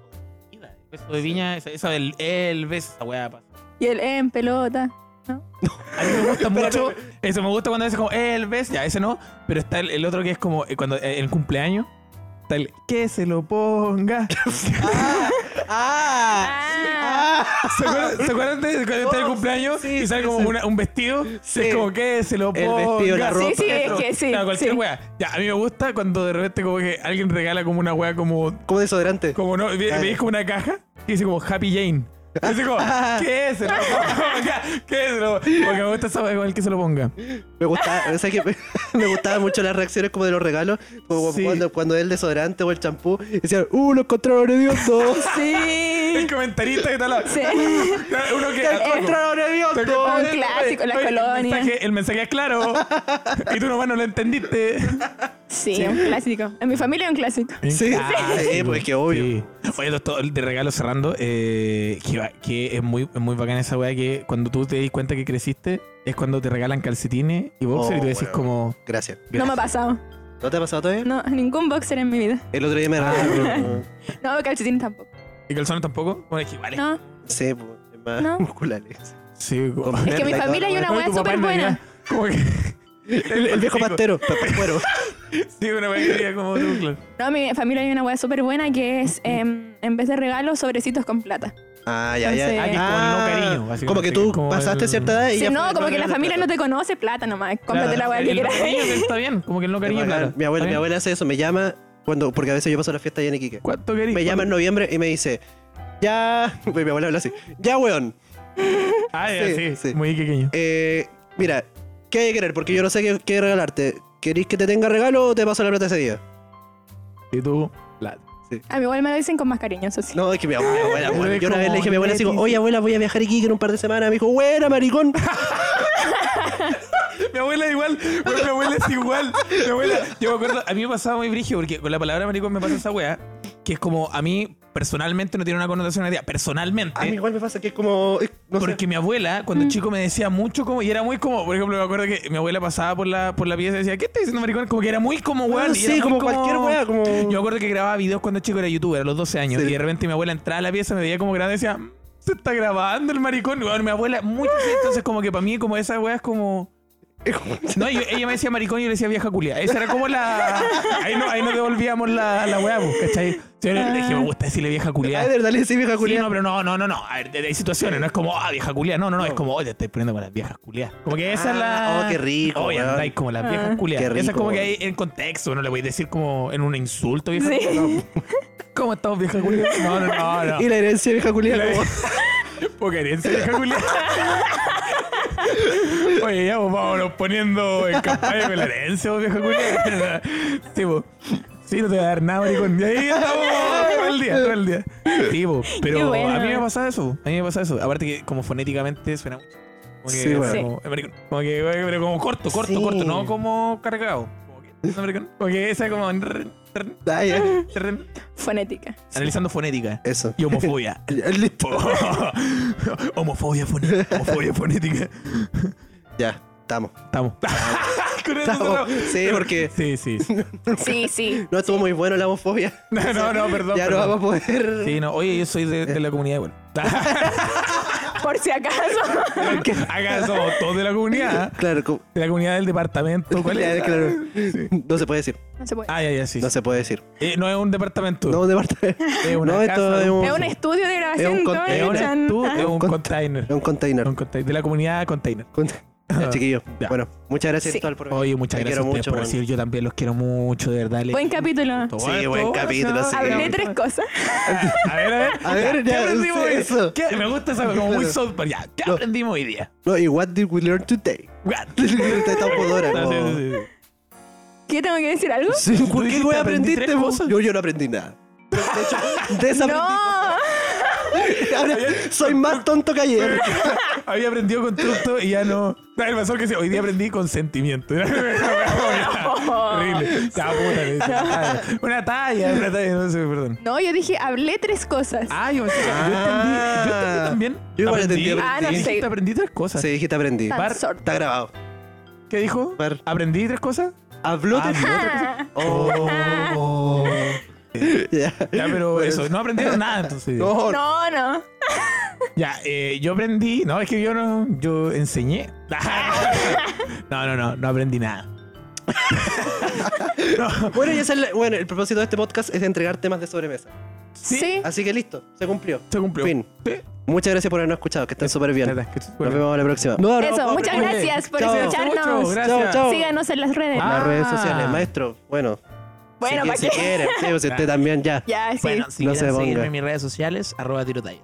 El beso de Viña, esa, esa del el beso, esa weá. pasa. Y el en pelota. A mí me gusta mucho. Eso me gusta cuando es como "Eh, el beso, ya, ese no. Pero está el, el otro que es como eh, cuando eh, en el cumpleaños. Está el que se lo ponga. ¡Ah! Ah, ¡Ah! ¿Se acuerdan, ¿se acuerdan de cuando está el cumpleaños Oh, sí, y sale sí, como sí. una- un vestido? Sí. Es como que se lo El ponga. vestido, la ropa. Sí, sí, es que sí, Claro, cualquier sí. wea. Ya, a mí me gusta cuando de repente como que alguien regala como una wea como... Como desodorante. Como no, ve- Ah, veis ya. como una caja que dice como Happy Jane. Y Dice como, ¿qué es? Se lo ponga, ¿Qué es? Se lo- Porque me gusta esa wea con el que se lo ponga. Me gustaba, o sea que me, me gustaban mucho las reacciones como de los regalos, como Sí. cuando, cuando el desodorante o el champú decían, ¡Uh, lo encontraron hediondo! sí. El comentarista que tal. Sí. Uno que... ah, ¡Lo encontraron hediondo! Un clásico, las Oye, el colonias. mensaje- El mensaje es claro. Y tú nomás no lo entendiste. Sí, un clásico. En mi familia es un clásico. Sí. Ah, Sí, pues, es que obvio. Sí. Oye, esto de regalo cerrando, eh, que, va- que es muy, es muy bacán esa weá que cuando tú te das cuenta que creciste, es cuando te regalan calcetines y boxer Oh, y tú decís weón. como... Gracias. No me ha pasado. ¿No te ha pasado todavía? No, ningún boxer en mi vida. El otro día me Ah. regalaron. No, calcetín tampoco. ¿Y calzones tampoco? Bueno, es que igual es- No, Sí, pues, es más No. musculares. Sí, como- Es es que mi Verdad, familia hay claro, una Oye, weá tu papá súper en Navidad, buena. Como que... El, el viejo pastero, papá cuero. Sí, una weá que diga como tú, claro. No, en mi familia hay una weá súper buena que es, em, en vez de regalos, sobrecitos con plata. Ah, ya, ya. Entonces- Ah, que es como no cariño, básicamente, Como que que tú es como pasaste el- cierta edad y Si ya no, fue- como que la familia no te conoce, plata nomás. Cómprate la weá que El no quieras. cariño está bien, como que el no cariño, claro. Mi abuela, Está mi bien. abuela hace eso, me llama cuando, porque a veces yo paso la fiesta allá en Iquique. ¿Cuánto cariño? Me llama en noviembre y me dice, ya. Mi abuela habla así, ya, weón. Ah, ya, Sí, sí, sí. Muy pequeño. Eh, mira, ¿qué hay que querer? Porque yo no sé qué, qué regalarte. ¿Querís que te tenga regalo o te paso la plata ese día? Y tú... la- A mi abuela me lo dicen con más cariño, eso sí. No, es que mi abuela, abuela, Pero abuela. es Yo una vez le como dije a mi abuela así como, Leti, oye abuela, voy a viajar aquí en un par de semanas. Me dijo, buena, maricón. Mi abuela igual, bueno, mi abuela es igual. Mi abuela, yo me acuerdo, a mí me pasaba muy brigio porque con la palabra maricón me pasa esa weá, que es como a mí personalmente no tiene una connotación negativa, personalmente. A mí igual me pasa que es como, eh, no sé. Mm. Porque mi abuela, cuando chico, me decía mucho como, y era muy como, por ejemplo, me acuerdo que mi abuela pasaba por la, por la pieza y decía, ¿qué estás diciendo, maricón? Como que era muy como Ah, weón. y era muy sí, como cualquier weá, como- Yo me acuerdo que grababa videos cuando chico era youtuber, a los 12 años, Sí. y de repente mi abuela entraba a la pieza, me veía como grande y decía, "Mm, se está grabando el maricón. Bueno, mi abuela, muy entonces como que para mí, como esa weá es como... No, yo- ella me decía maricón y yo le decía vieja culia. Esa era como la. Ahí no, ahí no devolvíamos la, la weá, pues, ¿cachai? Yo le dije, me gusta decirle vieja culia. Ay, de verdad le decís vieja Sí, culia. no, pero no, no, no, no. A ver, hay situaciones, no es como, ah, vieja culia. No, no, no, es como, oye, te estoy poniendo con las viejas culias. Como que esa es la. Ah, oh, qué rico, Oye, weón. andáis como las viejas Ah. culias. Qué Esa es rico, como que hay weón. en contexto, no le voy a decir como en un insulto, vieja. Sí. ¿Cómo estamos, vieja culia? No, no, no, no. Y la herencia vieja culia. La- como- Porque herencia vieja culia. Oye, ya pues, vámonos poniendo en campaña con la herencia, vos, vieja culia. Sí, pues. Sí, no te voy a dar nada, maricón. Y ahí estamos todo el día, todo el día. Sí, pues, Qué Pero bueno. a mí me pasa eso. A mí me pasa eso. Aparte que como fonéticamente suena mucho. Como que, Sí, bueno. como, eh, maricón, como que, eh, pero como corto, corto, Sí. corto, no como cargado. Como que, no, maricón. Como que esa como... rrrn, rrrn, Ay, ya. rrrn. Fonética. Analizando fonética Eso. y homofobia. Listo. homofobia, foné- homofobia fonética. Ya, estamos. Estamos. Con eso Estamos. cerramos. Sí, porque Sí, sí. Sí, sí. no estuvo muy bueno la homofobia. No, no, no, perdón. Ya no perdón. vamos a poder. Sí, no. Oye, yo soy de, de la comunidad igual. Por si acaso. Acá somos todos de la comunidad. Claro, como- De la comunidad del departamento. ¿Cuál Ya, es? claro. No se puede decir. No se puede. Ah, ya, ya, sí. No se puede decir. Eh, no es un departamento. No, de parte. Es una no, esto casa, es un, Es un estudio de Es grabación. un todo contenedor, Es chan. un, tú- Ah. es un Con- container. un Es container. un container. De la comunidad container. Cont- Ya, chiquillo. Ya. Bueno, muchas gracias Sí. Cristóbal, por venir. Oye, muchas Te gracias a quiero ustedes mucho, por man. recibir. Yo también los quiero mucho, de verdad. les- Buen capítulo. Sí, buen Todo, capítulo, sí. Hablé tres cosas. A ver, a ver. A ver, ¿Qué ya, aprendimos sí, hoy? eso. ¿Qué? Me gusta esa como muy Claro. South Park. Ya, ¿qué No. aprendimos hoy día? No, y what did we learn today? What? Está tan podora, No, sí, como- sí, sí. ¿Qué tengo que decir algo? Sí, Tú ¿Por qué dijiste, güey aprendí aprendiste tres vos? cosas. Yo, yo no aprendí nada. De hecho, desaprendí. No. Ahora soy más tonto que ayer. Había aprendido constructo y ya no. No, el pasó que sí, hoy día aprendí consentimiento. Horrible. Oh. horrible. Ya, puta, le dije, "Ah, Una talla, una talla, no sé, perdón. No, yo dije, hablé tres cosas. Ah, yo, pensé que- yo entendí, yo entendí también. Ah. Yo igual entendí, Ah, no Dijiste, sé. Aprendí tres cosas. Sí, dijiste aprendí. Tan Bar- sorta. Está grabado. ¿Qué dijo? Par. ¿Aprendí tres cosas? Ah, Habló de... Habló tres cosas. Oh. Ya. Ya, pero Bueno, eso, no aprendieron nada entonces. No, No, no. Ya, eh, yo aprendí, no, es que yo no, yo enseñé. No, no, no, no aprendí nada. Bueno, y esa es la- bueno, el propósito de este podcast es entregar temas de sobremesa. Sí. Así que listo, se cumplió. Se cumplió. Fin. Sí. Muchas gracias por habernos escuchado, que estén súper bien. Nada, Nos que esto es bueno. vemos la próxima. Eso, muchas Muy bien. gracias por Chao. Mucho, escucharnos. gracias. Chao, chao. Síganos en las redes. Ah. Las redes sociales, maestro. Bueno, bueno, si, ¿para si qué? quiere, sí, pues, si usted también ya. Ya, sí. Bueno, si No quieren se seguirme ponga. en mis redes sociales, arroba tirotallas.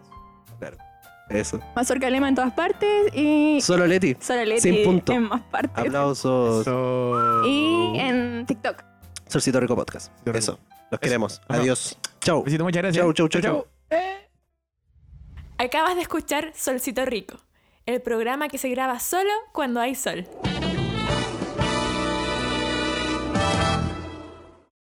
Eso. Mazorca Lema en todas partes y Solo Leti. Sora Leti Sin punto. en más partes. Aplausos. So- Y en TikTok. Solcito Rico Podcast. Rico. Eso. Los queremos. Ajá. Adiós. Chau. Besito, muchas gracias. Chau, chau, chau, chau. Acabas de escuchar Solcito Rico, el programa que se graba solo cuando hay sol.